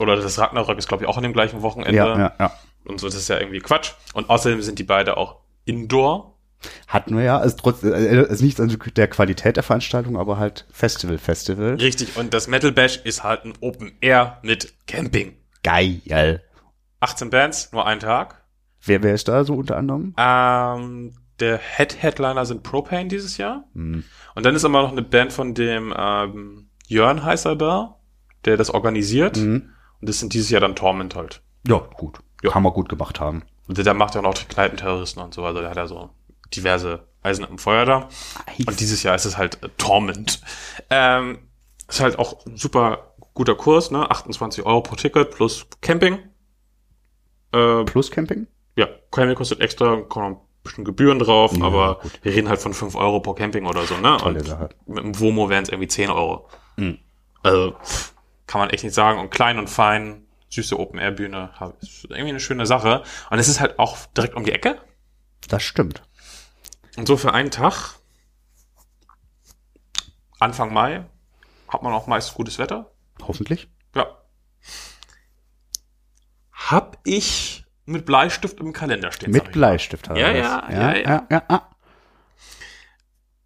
S2: oder das Ragnarök ist, glaube ich, auch an dem gleichen Wochenende.
S3: ja, ja, ja.
S2: Und so, das ist ja irgendwie Quatsch. Und außerdem sind die beide auch indoor.
S3: Hatten wir ja. Ist trotz, äh, ist nichts an der Qualität der Veranstaltung, aber halt Festival, Festival.
S2: Richtig. Und das Metal Bash ist halt ein Open Air mit Camping.
S3: Geil.
S2: 18 Bands, nur ein Tag.
S3: Wer, wer ist da so unter anderem?
S2: Ähm, der Head-Headliner sind Propane dieses Jahr.
S3: Hm.
S2: Und dann ist immer noch eine Band von dem ähm, Jörn heißt er da, der das organisiert.
S3: Mhm.
S2: Und das sind dieses Jahr dann Torment halt.
S3: Ja, gut. Ja. Kann man gut gemacht haben.
S2: Und der, der macht ja auch noch die Kneipenterroristen und so. Also der hat ja so diverse Eisen am Feuer da. Und dieses Jahr ist es halt äh, Torment. Ähm, ist halt auch ein super guter Kurs, ne? 28 Euro pro Ticket plus Camping. Äh,
S3: Plus Camping?
S2: ja, Camping kostet extra, kommen noch ein bisschen Gebühren drauf,
S3: Ja,
S2: aber wir reden halt von 5 Euro pro Camping oder so, ne?
S3: Tolle
S2: und
S3: Sache.
S2: mit dem Womo wären es irgendwie 10 Euro.
S3: Mhm.
S2: Also, pff, kann man echt nicht sagen. Und klein und fein, süße Open-Air-Bühne, hab- ist irgendwie eine schöne Sache. Und es ist halt auch direkt um die Ecke.
S3: Das stimmt.
S2: Und so für einen Tag, Anfang Mai, hat man auch meist gutes Wetter.
S3: Hoffentlich.
S2: Ja. Hab ich mit Bleistift im Kalender stehen. sag
S3: Mit
S2: ich.
S3: Bleistift hat
S2: Ja,
S3: er das.
S2: ja, ja,
S3: ja,
S2: ja.
S3: ja, ja.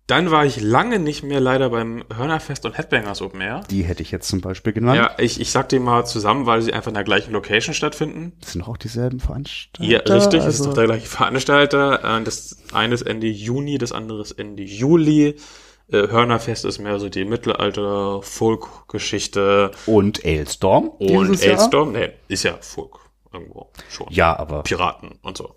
S2: Dann war ich lange nicht mehr leider beim Hörnerfest und Headbangers Open Air.
S3: Die hätte ich jetzt zum Beispiel genannt.
S2: Ja, ich, ich sag die mal zusammen, weil sie einfach in der gleichen Location stattfinden.
S3: Das sind auch dieselben Veranstalter.
S2: Ja, richtig, es ist
S3: Also,
S2: doch der gleiche Veranstalter. Äh, Das eine ist Ende Juni, das andere ist Ende Juli. Äh, Hörnerfest ist mehr so die Mittelalter-Folk-Geschichte
S3: und Aylstorm.
S2: und
S3: dieses Jahr.
S2: Elstorm. Nee, ist ja Folk irgendwo schon.
S3: Ja, aber,
S2: Piraten und so.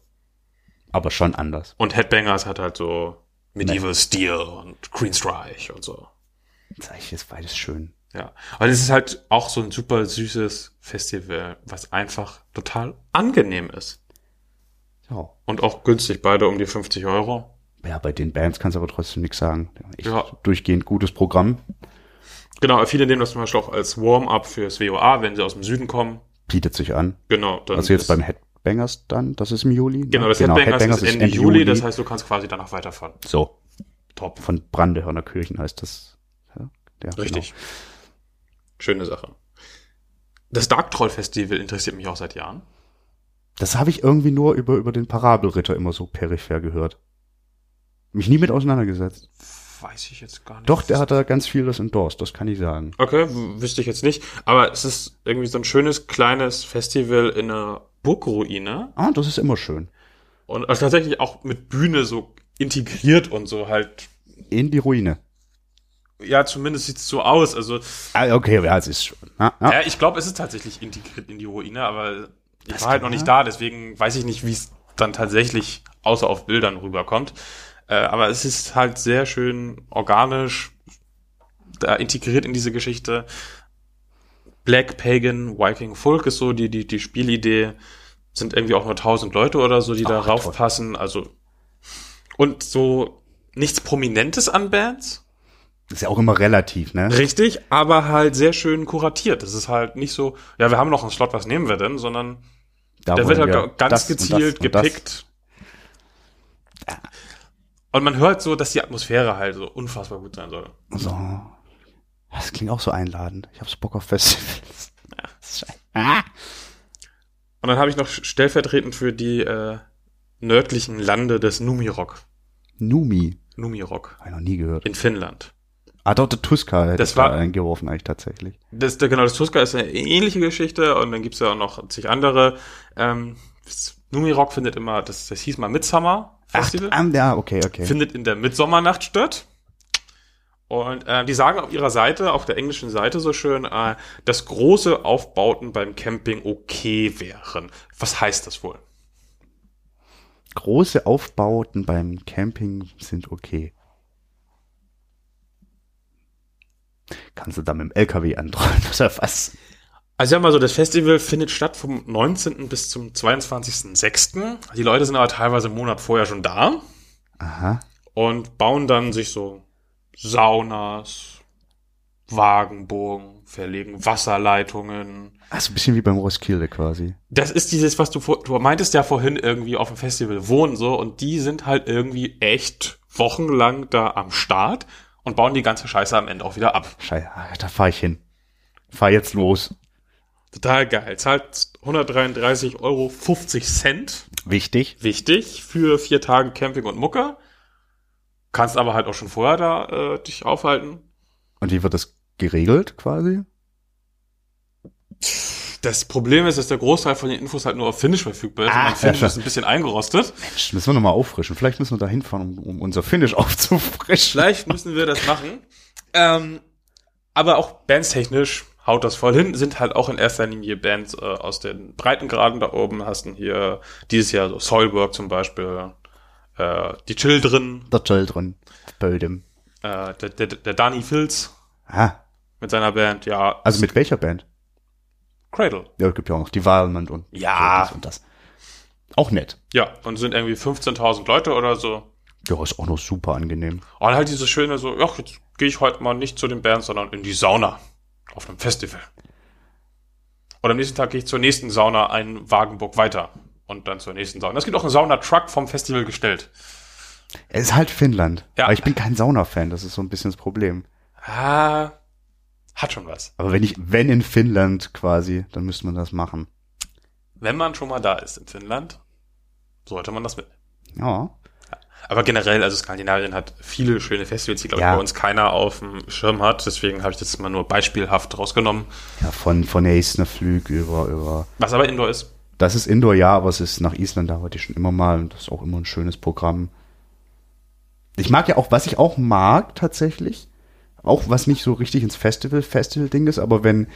S3: aber schon anders.
S2: Und Headbangers hat halt so Medieval Steel und Queenstreich und so.
S3: Sag ich, ist beides schön.
S2: Ja, aber es ist halt auch so ein super süßes Festival, was einfach total angenehm ist.
S3: Ja.
S2: Und auch günstig, beide um die 50 Euro.
S3: Ja, bei den Bands kannst du aber trotzdem nichts sagen. Echt
S2: Ja.
S3: durchgehend gutes Programm.
S2: Genau, viele nehmen das zum Beispiel auch als Warm-up fürs WOA, wenn sie aus dem Süden kommen.
S3: Bietet sich an.
S2: Genau. Dann
S3: Also jetzt
S2: ist-
S3: beim Headbangers dann, das ist im Juli. ne?
S2: Genau, das Headbangers, ist Ende Juli, das heißt, du kannst quasi danach weiterfahren.
S3: so.
S2: Top.
S3: Von Brandehörner Kirchen heißt das. Ja, genau. ja,
S2: Richtig. Genau. Schöne Sache. Das Dark Troll Festival interessiert mich auch seit Jahren.
S3: Das habe ich irgendwie nur über, über den Parabelritter immer so peripher gehört. Mich nie mit auseinandergesetzt.
S2: Weiß ich jetzt gar nicht.
S3: Doch, der hat da ganz viel das endorsed, das kann ich sagen.
S2: Okay, w- wüsste ich jetzt nicht. Aber es ist irgendwie so ein schönes kleines Festival in einer Burgruine.
S3: Ah, das ist immer schön.
S2: Und also tatsächlich auch mit Bühne so integriert und so halt.
S3: In die Ruine.
S2: Ja, zumindest sieht's so aus. Also,
S3: Ah, okay, ja, es ist schon. Ah, ah.
S2: ja, ich glaube, es ist tatsächlich integriert in die Ruine, aber ich war halt noch nicht da, deswegen weiß ich nicht, wie es dann tatsächlich außer auf Bildern rüberkommt. Äh, aber es ist halt sehr schön organisch, da integriert in diese Geschichte. Black Pagan Viking Folk ist so die, die, die Spielidee. Sind irgendwie auch nur 1000 Leute oder so, die da
S3: Ach,
S2: raufpassen. Also, und so nichts Prominentes an Bands.
S3: Ist ja auch immer relativ, ne?
S2: Richtig, aber halt sehr schön kuratiert. Das ist halt nicht so, ja, wir haben noch einen Slot, was nehmen wir denn, sondern
S3: Da
S2: der
S3: wollen
S2: wird halt
S3: wir
S2: ga- ganz
S3: das und das
S2: gezielt
S3: und das.
S2: gepickt. Und man hört so, dass die Atmosphäre halt so unfassbar gut sein soll.
S3: So. Das klingt auch so einladend. Ich hab's Bock
S2: [laughs]
S3: auf Festivals. Scheiße. Ah.
S2: Und dann habe ich noch stellvertretend für die äh, nördlichen Lande des Numirok.
S3: Numi.
S2: Numirok
S3: Hab ich noch nie gehört.
S2: in Finnland.
S3: Ah, doch, der Tuska hätte
S2: Das
S3: ich
S2: war-
S3: da eingeworfen eigentlich tatsächlich.
S2: Das, genau, das Tuska ist eine ähnliche Geschichte und dann gibt's ja auch noch zig andere. Ähm, das Numirok findet immer, das, das hieß mal Midsummer
S3: Ach,
S2: Festival.
S3: ah, ja, okay, okay.
S2: findet in der Mitsommernacht statt. Und äh, die sagen auf ihrer Seite, auf der englischen Seite so schön, äh, dass große Aufbauten beim Camping okay wären. Was heißt das wohl?
S3: Große Aufbauten beim Camping sind okay. Kannst du da mit dem LKW androllen [laughs] oder was?
S2: Also ja mal so, das Festival findet statt vom 19. bis zum 22.06. Die Leute sind aber teilweise einen Monat vorher schon da
S3: Aha.
S2: und bauen dann sich so Saunas, Wagenburgen, verlegen Wasserleitungen,
S3: Also ein bisschen wie beim Roskilde quasi.
S2: Das ist dieses, was du, vor- du meintest ja vorhin irgendwie auf dem Festival wohnen so und die sind halt irgendwie echt wochenlang da am Start und bauen die ganze Scheiße am Ende auch wieder ab.
S3: Scheiße, ah, da fahr ich hin. Fahr jetzt los.
S2: Total geil. Zahlt 133,50 Euro. Cent.
S3: Wichtig.
S2: Wichtig für vier Tage Camping und Mucke. Kannst aber halt auch schon vorher da äh, dich aufhalten.
S3: Und wie wird das geregelt quasi?
S2: Das Problem ist, dass der Großteil von den Infos halt nur auf Finnisch verfügbar ist.
S3: Ah,
S2: und mein Finnisch
S3: ja,
S2: ist ein bisschen eingerostet.
S3: Mensch, müssen wir nochmal auffrischen. Vielleicht müssen wir da hinfahren, um, um unser Finish [laughs] aufzufrischen.
S2: Vielleicht müssen wir das machen. Ähm, aber auch bandstechnisch haut das voll hin. Sind halt auch in erster Linie Bands äh, aus den Breitengraden da oben. Hast du hier dieses Jahr so Soilwork zum Beispiel, äh, die Children,
S3: Der Children. Böldem.
S2: äh, der, der, der Danny Filz
S3: Ah,
S2: mit seiner Band, ja,
S3: also mit welcher Band?
S2: Cradle.
S3: Ja, gibt ja auch noch die Violent und
S2: Ja.
S3: das und das. Auch nett.
S2: Ja, und sind irgendwie 15.000 Leute oder so.
S3: Ja, ist auch noch super angenehm.
S2: Und halt dieses schöne so, ja, jetzt gehe ich heute mal nicht zu den Bands, sondern in die Sauna auf einem Festival. Und am nächsten Tag gehe ich zur nächsten Sauna einen Wagenburg weiter und dann zur nächsten Sauna. Es gibt auch einen Saunatruck vom Festival gestellt.
S3: Es ist halt Finnland.
S2: Ja.
S3: Aber ich bin kein Sauna-Fan, das ist so ein bisschen das Problem.
S2: Ah, hat schon was.
S3: Aber wenn ich, wenn in Finnland quasi, dann müsste man das machen.
S2: Wenn man schon mal da ist in Finnland, sollte man das mit.
S3: Ja.
S2: Aber generell, also Skandinavien hat viele schöne Festivals, die, glaube
S3: Ja.
S2: ich, bei uns keiner auf dem Schirm hat. Deswegen habe ich das mal nur beispielhaft rausgenommen.
S3: Ja, von, von Eisner Flüg über, über.
S2: Was aber Indoor ist.
S3: Das ist Indoor, ja, aber es ist nach Island, da wollte ich schon immer mal und das ist auch immer ein schönes Programm. Ich mag ja auch, was ich auch mag tatsächlich, auch was nicht so richtig ins Festival, Festival-Ding ist, aber wenn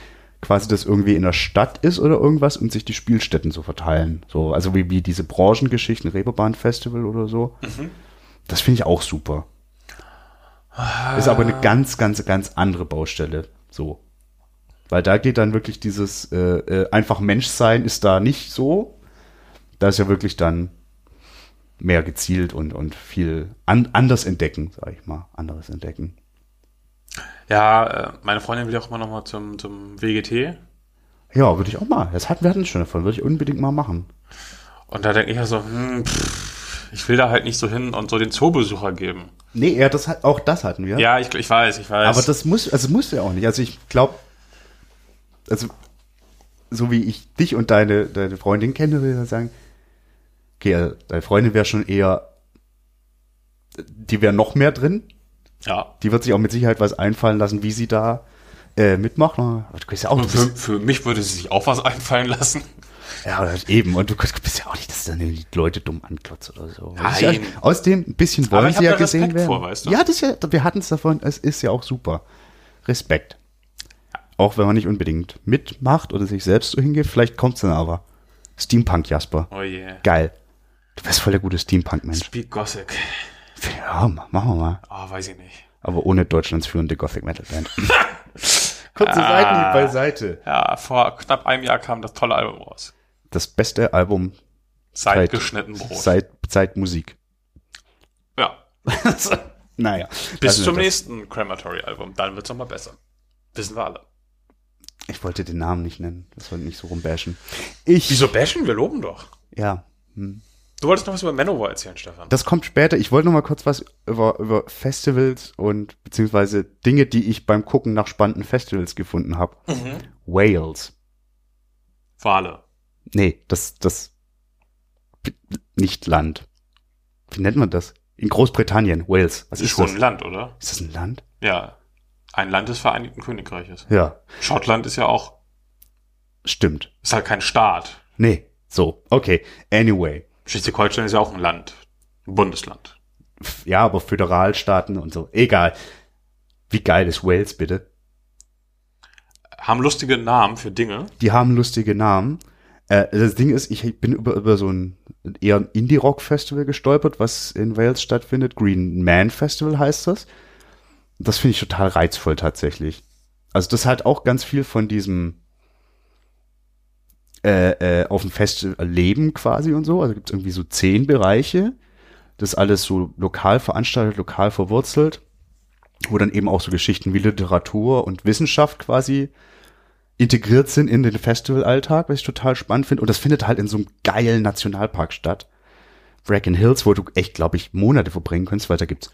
S3: quasi das irgendwie in der Stadt ist oder irgendwas und sich die Spielstätten so verteilen. So, also wie, wie diese Branchengeschichten, Reeperbahn-Festival oder so. Das finde ich auch super. Ist aber eine ganz, ganz, ganz andere Baustelle. So. Weil da geht dann wirklich dieses äh, äh, einfach Menschsein ist da nicht so. Da ist ja wirklich dann mehr gezielt und, und viel an, anders entdecken, sag ich mal. Anderes entdecken.
S2: Ja, äh, meine Freundin will ja auch mal nochmal zum, zum WGT.
S3: Ja, würde ich auch mal. Das hatten wir hatten schon davon, würde ich unbedingt mal machen.
S2: Und da denke ich ja so, hm, pff, ich will da halt nicht so hin und so den Zoobesucher geben.
S3: Nee, ja, das hat, auch das hatten wir.
S2: Ja, ich, ich weiß, ich weiß.
S3: Aber das muss, also muss ja auch nicht. Also ich glaube, also so wie ich dich und deine, deine Freundin kenne, würde ich sagen, okay, also deine Freundin wäre schon eher die wäre noch mehr drin.
S2: Ja.
S3: Die wird sich auch mit Sicherheit was einfallen lassen, wie sie da äh, mitmacht. Aber du kannst ja auch, du
S2: Für,
S3: bist,
S2: für mich würde sie sich auch was einfallen lassen.
S3: ja, das eben. Und du kannst- bist ja auch nicht, dass dann die Leute dumm anklotzt oder so. Das ist
S2: Nein.
S3: Ja, aus dem ein bisschen
S2: Aber
S3: wollen
S2: ich
S3: sie
S2: hab
S3: ja
S2: da
S3: gesehen
S2: Respekt
S3: werden.
S2: vor, weißt du?
S3: Ja, das ist ja, wir hatten es davon, es ist ja auch super. Respekt. Auch wenn man nicht unbedingt mitmacht oder sich selbst so hingeht, vielleicht kommt es dann aber. Steampunk Jasper.
S2: Oh yeah.
S3: Geil. Du bist voll der gute Steampunk-Mensch.
S2: Speak Gothic.
S3: Ja, ma- machen wir mal.
S2: Ah, weiß ich nicht.
S3: Aber ohne Deutschlands führende Gothic Metal
S2: [laughs]
S3: Band.
S2: Ah.
S3: Kurze Seitenhieb beiseite.
S2: Ja, vor knapp einem Jahr kam das tolle Album raus.
S3: Das beste Album
S2: Seit
S3: Seit-
S2: geschnitten Brot.
S3: seit, seit Musik.
S2: ja.
S3: Naja.
S2: Bis
S3: lassen wir
S2: zum
S3: das.
S2: nächsten Crematory-Album. Dann wird's nochmal besser. Wissen wir alle.
S3: Ich wollte den Namen nicht nennen. Das sollte nicht so rumbashen. Ich.
S2: Wieso bashen? Wir loben doch.
S3: Ja. hm.
S2: Du wolltest noch was über Manowar erzählen, Stefan.
S3: Das kommt später. Ich wollte noch mal kurz was über, über Festivals und beziehungsweise Dinge, die ich beim Gucken nach spannenden Festivals gefunden habe.
S2: Mhm.
S3: Wales.
S2: Wale.
S3: Nee, das, das, nicht Land. Wie nennt man das? In Großbritannien, Wales. Was
S2: Das ist
S3: ist,
S2: schon
S3: das?
S2: ein Land, oder?
S3: Ist das ein Land?
S2: Ja. Ein Land des Vereinigten Königreiches.
S3: Ja,
S2: Schottland ist ja auch,
S3: stimmt.
S2: ist halt kein Staat.
S3: Nee, so, okay. Anyway.
S2: Schleswig-Holstein ist ja auch ein Land. Ein Bundesland.
S3: Pf, Ja, aber Föderalstaaten und so. Egal. Wie geil ist Wales, bitte?
S2: Haben lustige Namen für Dinge.
S3: Die haben lustige Namen. Äh, das Ding ist, ich bin über, über so ein eher ein Indie-Rock-Festival gestolpert, was in Wales stattfindet. Green Man Festival heißt das. Das finde ich total reizvoll tatsächlich. Also das hat auch ganz viel von diesem äh, äh, auf dem Festival leben quasi und so. Also gibt es irgendwie so zehn Bereiche. Das alles so lokal veranstaltet, lokal verwurzelt. Wo dann eben auch so Geschichten wie Literatur und Wissenschaft quasi integriert sind in den Festivalalltag, was ich total spannend finde. Und das findet halt in so einem geilen Nationalpark statt. Bracken Hills, wo du echt, glaube ich, Monate verbringen könntest, weil da gibt's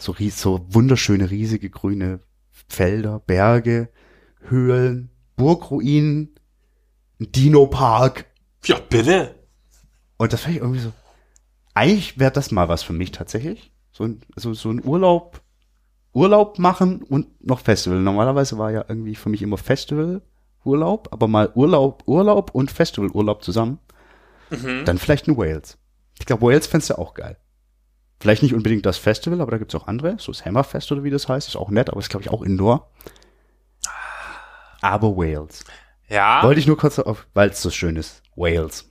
S3: so, ries, so wunderschöne, riesige grüne Felder, Berge, Höhlen, Burgruinen, ein Dino-Park.
S2: Ja, bitte.
S3: Und das fand ich irgendwie so, eigentlich wäre das mal was für mich tatsächlich. So ein, so, so ein Urlaub, Urlaub machen und noch Festival. Normalerweise war ja irgendwie für mich immer Festival, Urlaub, aber mal Urlaub, Urlaub und Festival, Urlaub zusammen. Dann vielleicht in Wales. Ich glaube, Wales fändest du auch geil. Vielleicht nicht unbedingt das Festival, aber da gibt's auch andere. So das Hammerfest oder wie das heißt, ist auch nett, aber ist, glaube ich, auch Indoor. Aber Wales.
S2: Ja.
S3: Wollte ich nur kurz auf, weil es so schön ist. Wales.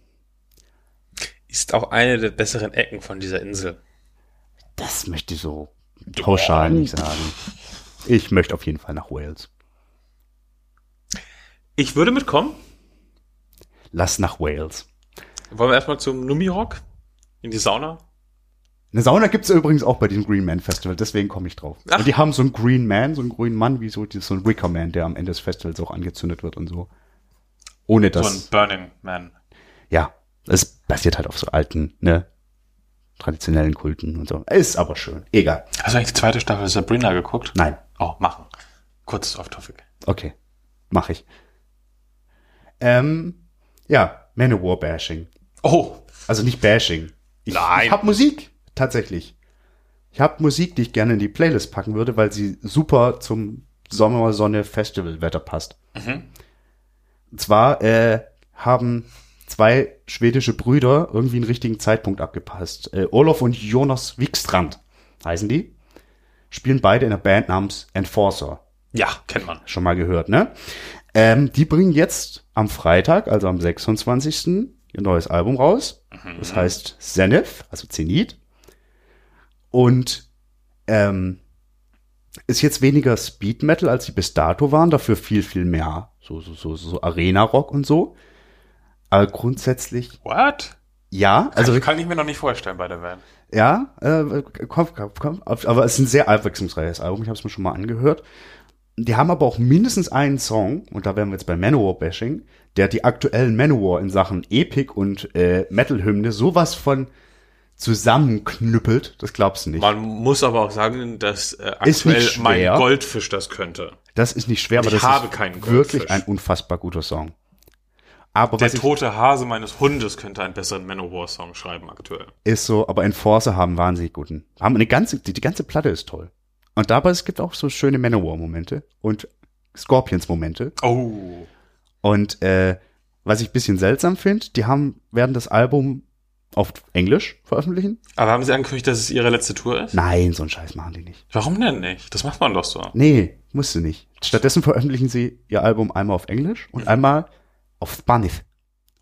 S2: Ist auch eine der besseren Ecken von dieser Insel.
S3: Das möchte ich so pauschal nicht sagen. Ich möchte auf jeden Fall nach Wales.
S2: Ich würde mitkommen.
S3: Lass nach Wales.
S2: Wollen wir erstmal zum Numirock? In die Sauna?
S3: Eine Sauna gibt's übrigens auch bei diesem Green Man Festival, deswegen komme ich drauf.
S2: Ach.
S3: Und die haben so einen Green Man, so einen grünen Mann, wie so, dieses- so ein Wicker Man, der am Ende des Festivals auch angezündet wird und so. Ohne
S2: So ein
S3: das.
S2: Burning Man.
S3: ja, es basiert halt auf so alten, ne? Traditionellen Kulten und so. Ist aber schön. Egal.
S2: Hast du eigentlich die zweite Staffel Sabrina geguckt?
S3: Nein.
S2: Oh, machen. Kurz auf Topic.
S3: Okay. Mach ich. Ähm, ja, Manowar-Bashing.
S2: Oh,
S3: Also nicht Bashing. Ich,
S2: Nein.
S3: Ich habe Musik, tatsächlich. Ich habe Musik, die ich gerne in die Playlist packen würde, weil sie super zum Sommersonne-Festivalwetter passt. Und zwar äh, haben zwei schwedische Brüder irgendwie einen richtigen Zeitpunkt abgepasst. Äh, Olof und Jonas Wikstrand heißen die. Spielen beide in einer Band namens Enforcer
S2: ja, kennt man.
S3: schon mal gehört, ne? Ähm, die bringen jetzt am Freitag, also am 26. ihr neues Album raus. Mhm. Das heißt Zenith, also Zenit. Und ähm, ist jetzt weniger Speed Metal, als sie bis dato waren, dafür viel, viel mehr. So, so, so, so Arena-Rock und so. Aber grundsätzlich,
S2: What?
S3: ja, also
S2: Also kann ich mir noch nicht vorstellen bei der Band.
S3: ja, äh, komm, komm, komm. Aber es ist ein sehr abwechslungsreiches Album. Ich habe es mir schon mal angehört. Die haben aber auch mindestens einen Song, und da wären wir jetzt bei Manowar-Bashing, der die aktuellen Manowar in Sachen Epic und äh, Metal-Hymne sowas von zusammenknüppelt. Das glaubst du nicht.
S2: Man muss aber auch sagen, dass äh,
S3: Ist nicht
S2: aktuell mein
S3: schwer.
S2: Goldfisch das könnte.
S3: Das ist nicht schwer, aber
S2: Ich
S3: das
S2: habe
S3: ist
S2: keinen Goldfisch.
S3: wirklich ein unfassbar guter Song. Aber
S2: Der
S3: was ich,
S2: tote Hase meines Hundes könnte einen besseren Manowar-Song schreiben aktuell.
S3: ist so, aber Enforcer haben wahnsinnig guten. Haben eine ganze, die, die ganze Platte ist toll. Und dabei es gibt auch so schöne Manowar-Momente und Scorpions-Momente.
S2: Oh.
S3: Und äh, was ich ein bisschen seltsam finde, die haben, werden das Album auf Englisch veröffentlichen.
S2: Aber haben sie angekündigt, dass es ihre letzte Tour ist?
S3: Nein, so einen Scheiß machen die nicht.
S2: Warum denn nicht? Das macht man doch so.
S3: Nee, musst du nicht. Stattdessen veröffentlichen sie ihr Album einmal auf Englisch und einmal auf Spanisch.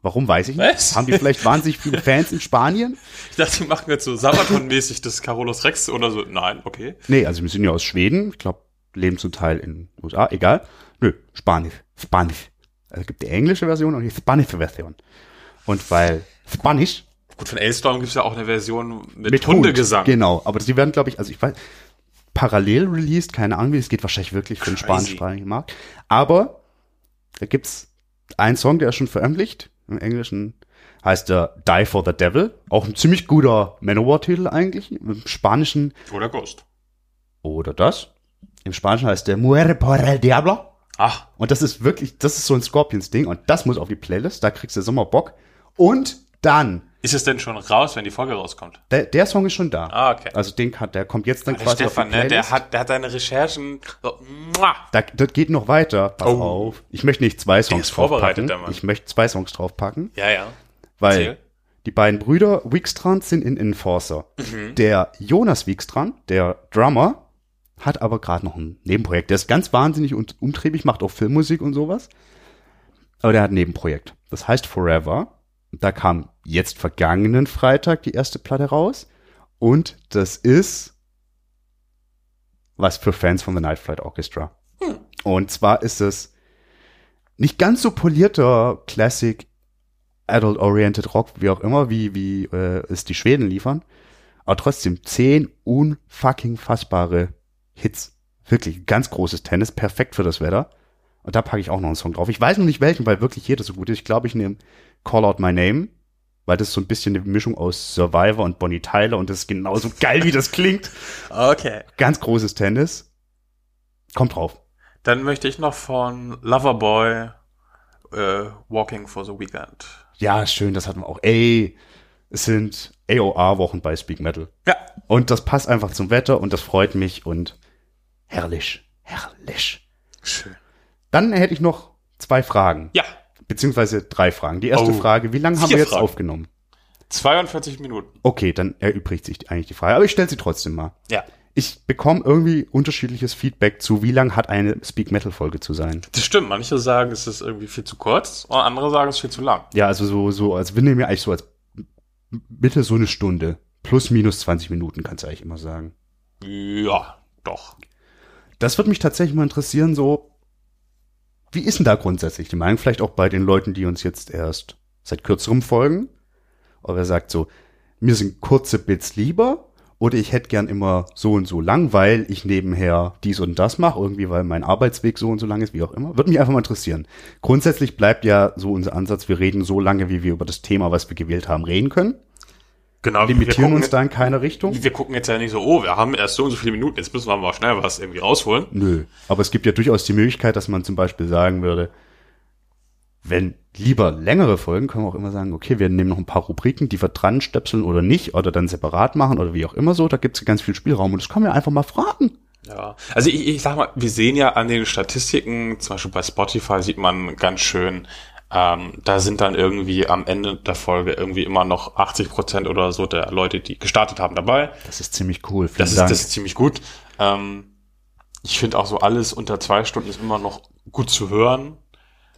S3: Warum weiß ich nicht?
S2: Was?
S3: Haben die vielleicht wahnsinnig viele Fans in Spanien?
S2: Ich dachte, die machen jetzt so Sabaton-mäßig das Carolus Rex oder so. Nein, okay.
S3: Nee, also wir sind ja aus Schweden. Ich glaube, leben zum Teil in USA. Egal. Nö, Spanisch. Spanisch. Also es gibt die englische Version und die spanische Version. Und weil Spanisch
S2: Gut, von Elstorm gibt es ja auch eine Version mit,
S3: mit
S2: Hundegesang.
S3: Hund. Genau, aber die werden, glaube ich, also ich weiß, parallel released, keine Ahnung, wie es geht wahrscheinlich wirklich für den
S2: Crazy.
S3: spanischsprachigen Markt. Aber da gibt's einen Song, der ist schon veröffentlicht. Im Englischen heißt der Die for the Devil. Auch ein ziemlich guter Manowar-Titel eigentlich. Im Spanischen
S2: Oder Ghost.
S3: oder das. Im Spanischen heißt der Muere por el Diablo.
S2: Ach,
S3: Und das ist wirklich, das ist so ein Scorpions-Ding. Und das muss auf die Playlist. Da kriegst du Sommer Bock. Und dann,
S2: ist es denn schon raus, wenn die Folge rauskommt?
S3: der, der Song ist schon da.
S2: Ah, okay.
S3: Also den hat, der kommt jetzt dann
S2: Der
S3: quasi
S2: Stefan,
S3: auf die
S2: ne, der
S3: Playlist.
S2: hat, der hat seine Recherchen so, muah.
S3: da, das geht noch weiter. Pass
S2: Oh.
S3: auf. Ich möchte nicht zwei Songs
S2: ist vorbereitet,
S3: draufpacken.
S2: der Mann.
S3: Ich möchte zwei Songs draufpacken,
S2: Ja, ja.
S3: weil
S2: Erzähl.
S3: die beiden Brüder Wikstrand sind in Enforcer. Der Jonas Wikstrand, der Drummer, hat aber gerade noch ein Nebenprojekt. Der ist ganz wahnsinnig und umtriebig, macht auch Filmmusik und sowas. Aber der hat ein Nebenprojekt. Das heißt Forever. Da kam jetzt vergangenen Freitag die erste Platte raus. Und das ist was für Fans von The Night Flight Orchestra. Und zwar ist es nicht ganz so polierter Classic Adult-Oriented Rock, wie auch immer, wie, wie äh, es die Schweden liefern. Aber trotzdem zehn unfucking fassbare Hits. Wirklich ganz großes Tennis, perfekt für das Wetter. Und da packe ich auch noch einen Song drauf. Ich weiß noch nicht welchen, weil wirklich jeder so gut ist. Ich glaube, ich nehme Call Out My Name, weil das ist so ein bisschen eine Mischung aus Survivor und Bonnie Tyler und das ist genauso geil, wie das klingt.
S2: Okay.
S3: Ganz großes Tennis. Kommt drauf.
S2: Dann möchte ich noch von Loverboy äh, Walking for the Weekend.
S3: Ja, schön, das hatten wir auch. Ey, es sind AOR-Wochen bei Speak Metal.
S2: Ja.
S3: Und das passt einfach zum Wetter und das freut mich und herrlich, herrlich.
S2: Schön.
S3: Dann hätte ich noch zwei Fragen,
S2: Ja.
S3: beziehungsweise drei Fragen. Die erste
S2: Oh,
S3: Frage, wie lange haben
S2: vier
S3: wir jetzt
S2: Fragen.
S3: aufgenommen?
S2: 42 Minuten.
S3: Okay, dann erübrigt sich eigentlich die Frage, aber ich stelle sie trotzdem mal.
S2: Ja.
S3: Ich bekomme irgendwie unterschiedliches Feedback zu, wie lang hat eine Speak Metal Folge zu sein.
S2: Das stimmt. Manche sagen, es ist irgendwie viel zu kurz und andere sagen, es ist viel zu lang.
S3: Ja, also so, so, als wir nehmen ja eigentlich so als bitte so eine Stunde. Plus minus 20 Minuten, kannst du eigentlich immer sagen.
S2: Ja, doch.
S3: Das würde mich tatsächlich mal interessieren, so, wie ist denn da grundsätzlich die Meinung? Vielleicht auch bei den Leuten, die uns jetzt erst seit kürzerem folgen. Aber er sagt so, mir sind kurze Bits lieber oder ich hätte gern immer so und so lang, weil ich nebenher dies und das mache, irgendwie, weil mein Arbeitsweg so und so lang ist, wie auch immer. Würde mich einfach mal interessieren. Grundsätzlich bleibt ja so unser Ansatz, wir reden so lange, wie wir über das Thema, was wir gewählt haben, reden können.
S2: Genau.
S3: Limitieren uns da in keine Richtung.
S2: Wir gucken jetzt ja nicht so, oh, wir haben erst so und so viele Minuten, jetzt müssen wir mal schnell was irgendwie rausholen.
S3: Nö. Aber es gibt ja durchaus die Möglichkeit, dass man zum Beispiel sagen würde, wenn lieber längere Folgen, können wir auch immer sagen, okay, wir nehmen noch ein paar Rubriken, die wir dran stöpseln oder nicht, oder dann separat machen oder wie auch immer so. Da gibt's ganz viel Spielraum und das kann man einfach mal fragen.
S2: Ja. Also ich, ich sag mal, wir sehen ja an den Statistiken, zum Beispiel bei Spotify sieht man ganz schön, ähm, da sind dann irgendwie am Ende der Folge irgendwie immer noch 80 Prozent oder so der Leute, die gestartet haben, dabei.
S3: Das ist ziemlich cool. Vielen
S2: Das ist,
S3: Dank.
S2: das ist ziemlich gut. Ähm, ich finde auch so alles unter zwei Stunden ist immer noch gut zu hören.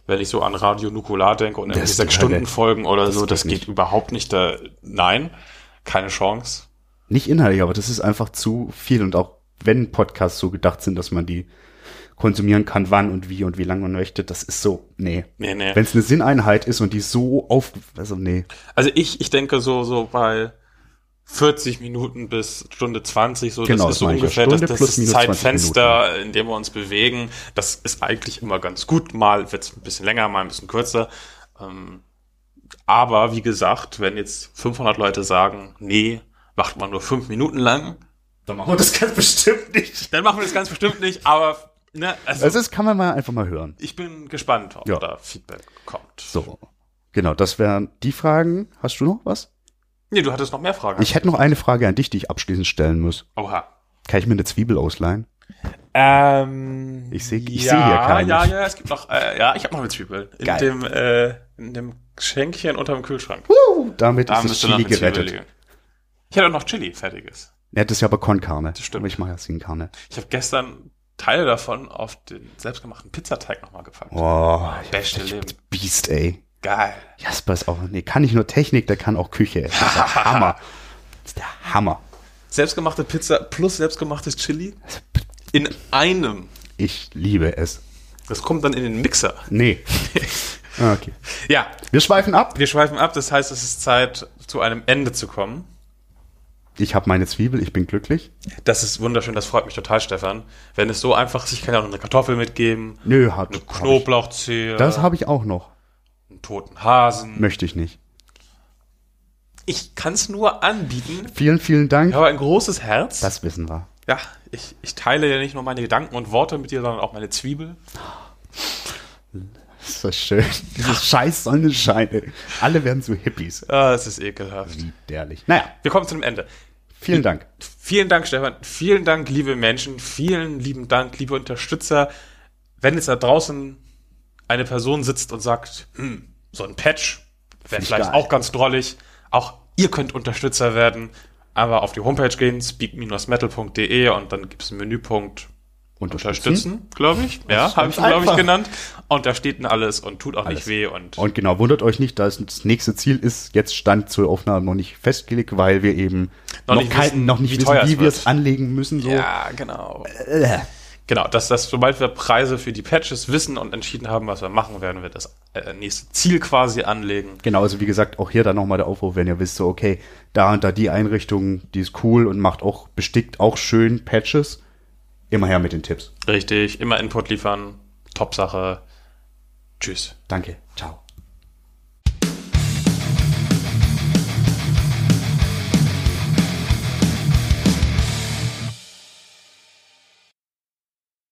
S2: Wenn ich so an Radio Nukular denke und
S3: Das
S2: irgendwie
S3: ist die
S2: sechs Stunden
S3: Hölle.
S2: Folgen oder so,
S3: geht
S2: das geht
S3: nicht.
S2: überhaupt nicht. Da, nein, keine Chance.
S3: nicht inhaltlich, aber das ist einfach zu viel und auch wenn Podcasts so gedacht sind, dass man die konsumieren kann, wann und wie und wie lange man möchte, das ist so, nee.
S2: Nee, nee.
S3: Wenn es eine Sinneinheit ist und die so auf, also nee.
S2: Also ich, ich denke so, so bei 40 Minuten bis Stunde 20, so das
S3: Genau, das
S2: ist so
S3: meine ich ja.
S2: ungefähr
S3: Stunde
S2: das,
S3: plus
S2: das
S3: minus 20
S2: Zeitfenster, in dem wir uns bewegen. Das ist eigentlich immer ganz gut. Mal wird's ein bisschen länger, mal ein bisschen kürzer. Ähm, aber wie gesagt, wenn jetzt 500 Leute sagen, nee, macht man nur fünf Minuten lang,
S3: Dann machen wir das ganz [laughs] bestimmt nicht.
S2: dann machen wir das ganz bestimmt nicht. Aber ne, also,
S3: Also das kann man mal einfach mal hören.
S2: ich bin gespannt, ob
S3: Ja.
S2: da Feedback kommt.
S3: So. Genau, das wären die Fragen. Hast du noch was?
S2: Nee, du hattest noch mehr Fragen.
S3: Ich hätte noch eine Frage an dich, die ich abschließend stellen muss.
S2: Oha.
S3: Kann ich mir eine Zwiebel ausleihen?
S2: Ähm,
S3: Ich seh- ich seh hier keine.
S2: Ja, ja, es gibt noch, äh, ja, ich habe noch eine Zwiebel. In
S3: Geil.
S2: dem, äh, in dem Schenkchen unterm Kühlschrank.
S3: Damit ist das
S2: müsste noch
S3: Chili
S2: eine Zwiebel
S3: gerettet.
S2: liegen. Ich hatte auch noch Chili, fertiges.
S3: Ja, das ist ja aber Konkarne.
S2: Das stimmt.
S3: Aber ich mache ja Sin Carne.
S2: Ich habe gestern Teile davon auf den selbstgemachten Pizzateig nochmal gepackt.
S3: Oh, ich
S2: Beste Leben.
S3: Biest, ey.
S2: Geil.
S3: Jasper ist auch, nee, kann nicht nur Technik, der kann auch Küche. ey. Das
S2: [laughs]
S3: ist der Hammer. Das ist der Hammer.
S2: Selbstgemachte Pizza plus selbstgemachtes Chili in einem.
S3: Ich liebe es.
S2: Das kommt dann in den Mixer. [laughs]
S3: Nee. Ah, Okay.
S2: Ja,
S3: Wir schweifen ab.
S2: wir schweifen ab. Das heißt, es ist Zeit, zu einem Ende zu kommen.
S3: Ich habe meine Zwiebel, ich bin glücklich.
S2: Das ist wunderschön. Das freut mich total, Stefan. Wenn es so einfach ist, ich kann ja auch noch eine Kartoffel mitgeben,
S3: Nö, hat.
S2: eine
S3: hab ich.
S2: Knoblauchzehe,
S3: Das habe ich auch noch.
S2: einen toten Hasen.
S3: Möchte ich nicht.
S2: Ich kann es nur anbieten.
S3: Vielen, vielen Dank.
S2: Ich habe ein großes Herz.
S3: Das wissen wir.
S2: Ja, ich, ich teile ja nicht nur meine Gedanken und Worte mit dir, sondern auch meine Zwiebel.
S3: Das ist so schön. Dieses scheiß Sonnenscheine. Alle werden so Hippies.
S2: Ah, es ist ekelhaft.
S3: Widerlich. Naja,
S2: Wir kommen zu dem Ende. Hm.
S3: vielen Dank.
S2: Vielen Dank, Stefan. Vielen Dank, liebe Menschen. Vielen lieben Dank, liebe Unterstützer. Wenn jetzt da draußen eine Person sitzt und sagt, hm, so ein Patch wäre
S3: ich
S2: vielleicht
S3: geil.
S2: auch ganz drollig. Auch ihr könnt Unterstützer werden. Aber auf die Homepage gehen, speak-metal.de und dann gibt's einen Menüpunkt unterstützen, glaube ich. Ja,
S3: Mhm. ist
S2: habe ich,
S3: ganz
S2: glaube ich,
S3: einfach.
S2: genannt. Und da steht dann alles und tut auch nicht
S3: Alles.
S2: weh und
S3: Und genau, wundert euch nicht, dass das nächste Ziel ist, jetzt Stand zur Aufnahme noch nicht festgelegt, weil wir eben
S2: Noch
S3: noch,
S2: nicht
S3: nicht, kein,
S2: wissen,
S3: noch nicht
S2: wie
S3: wissen,
S2: teuer es
S3: wie wir
S2: wird.
S3: es anlegen müssen. So.
S2: Ja, genau. Genau, dass das, sobald wir Preise für die Patches wissen und entschieden haben, was wir machen, werden wir das äh, nächste Ziel quasi anlegen.
S3: Genau, also wie gesagt, auch hier dann nochmal der Aufruf, wenn ihr wisst, so okay, da und da die Einrichtung, die ist cool und macht auch, bestickt auch schön Patches. Immer her mit den Tipps.
S2: Richtig, immer Input liefern. Top Sache. Tschüss.
S3: Danke. Ciao.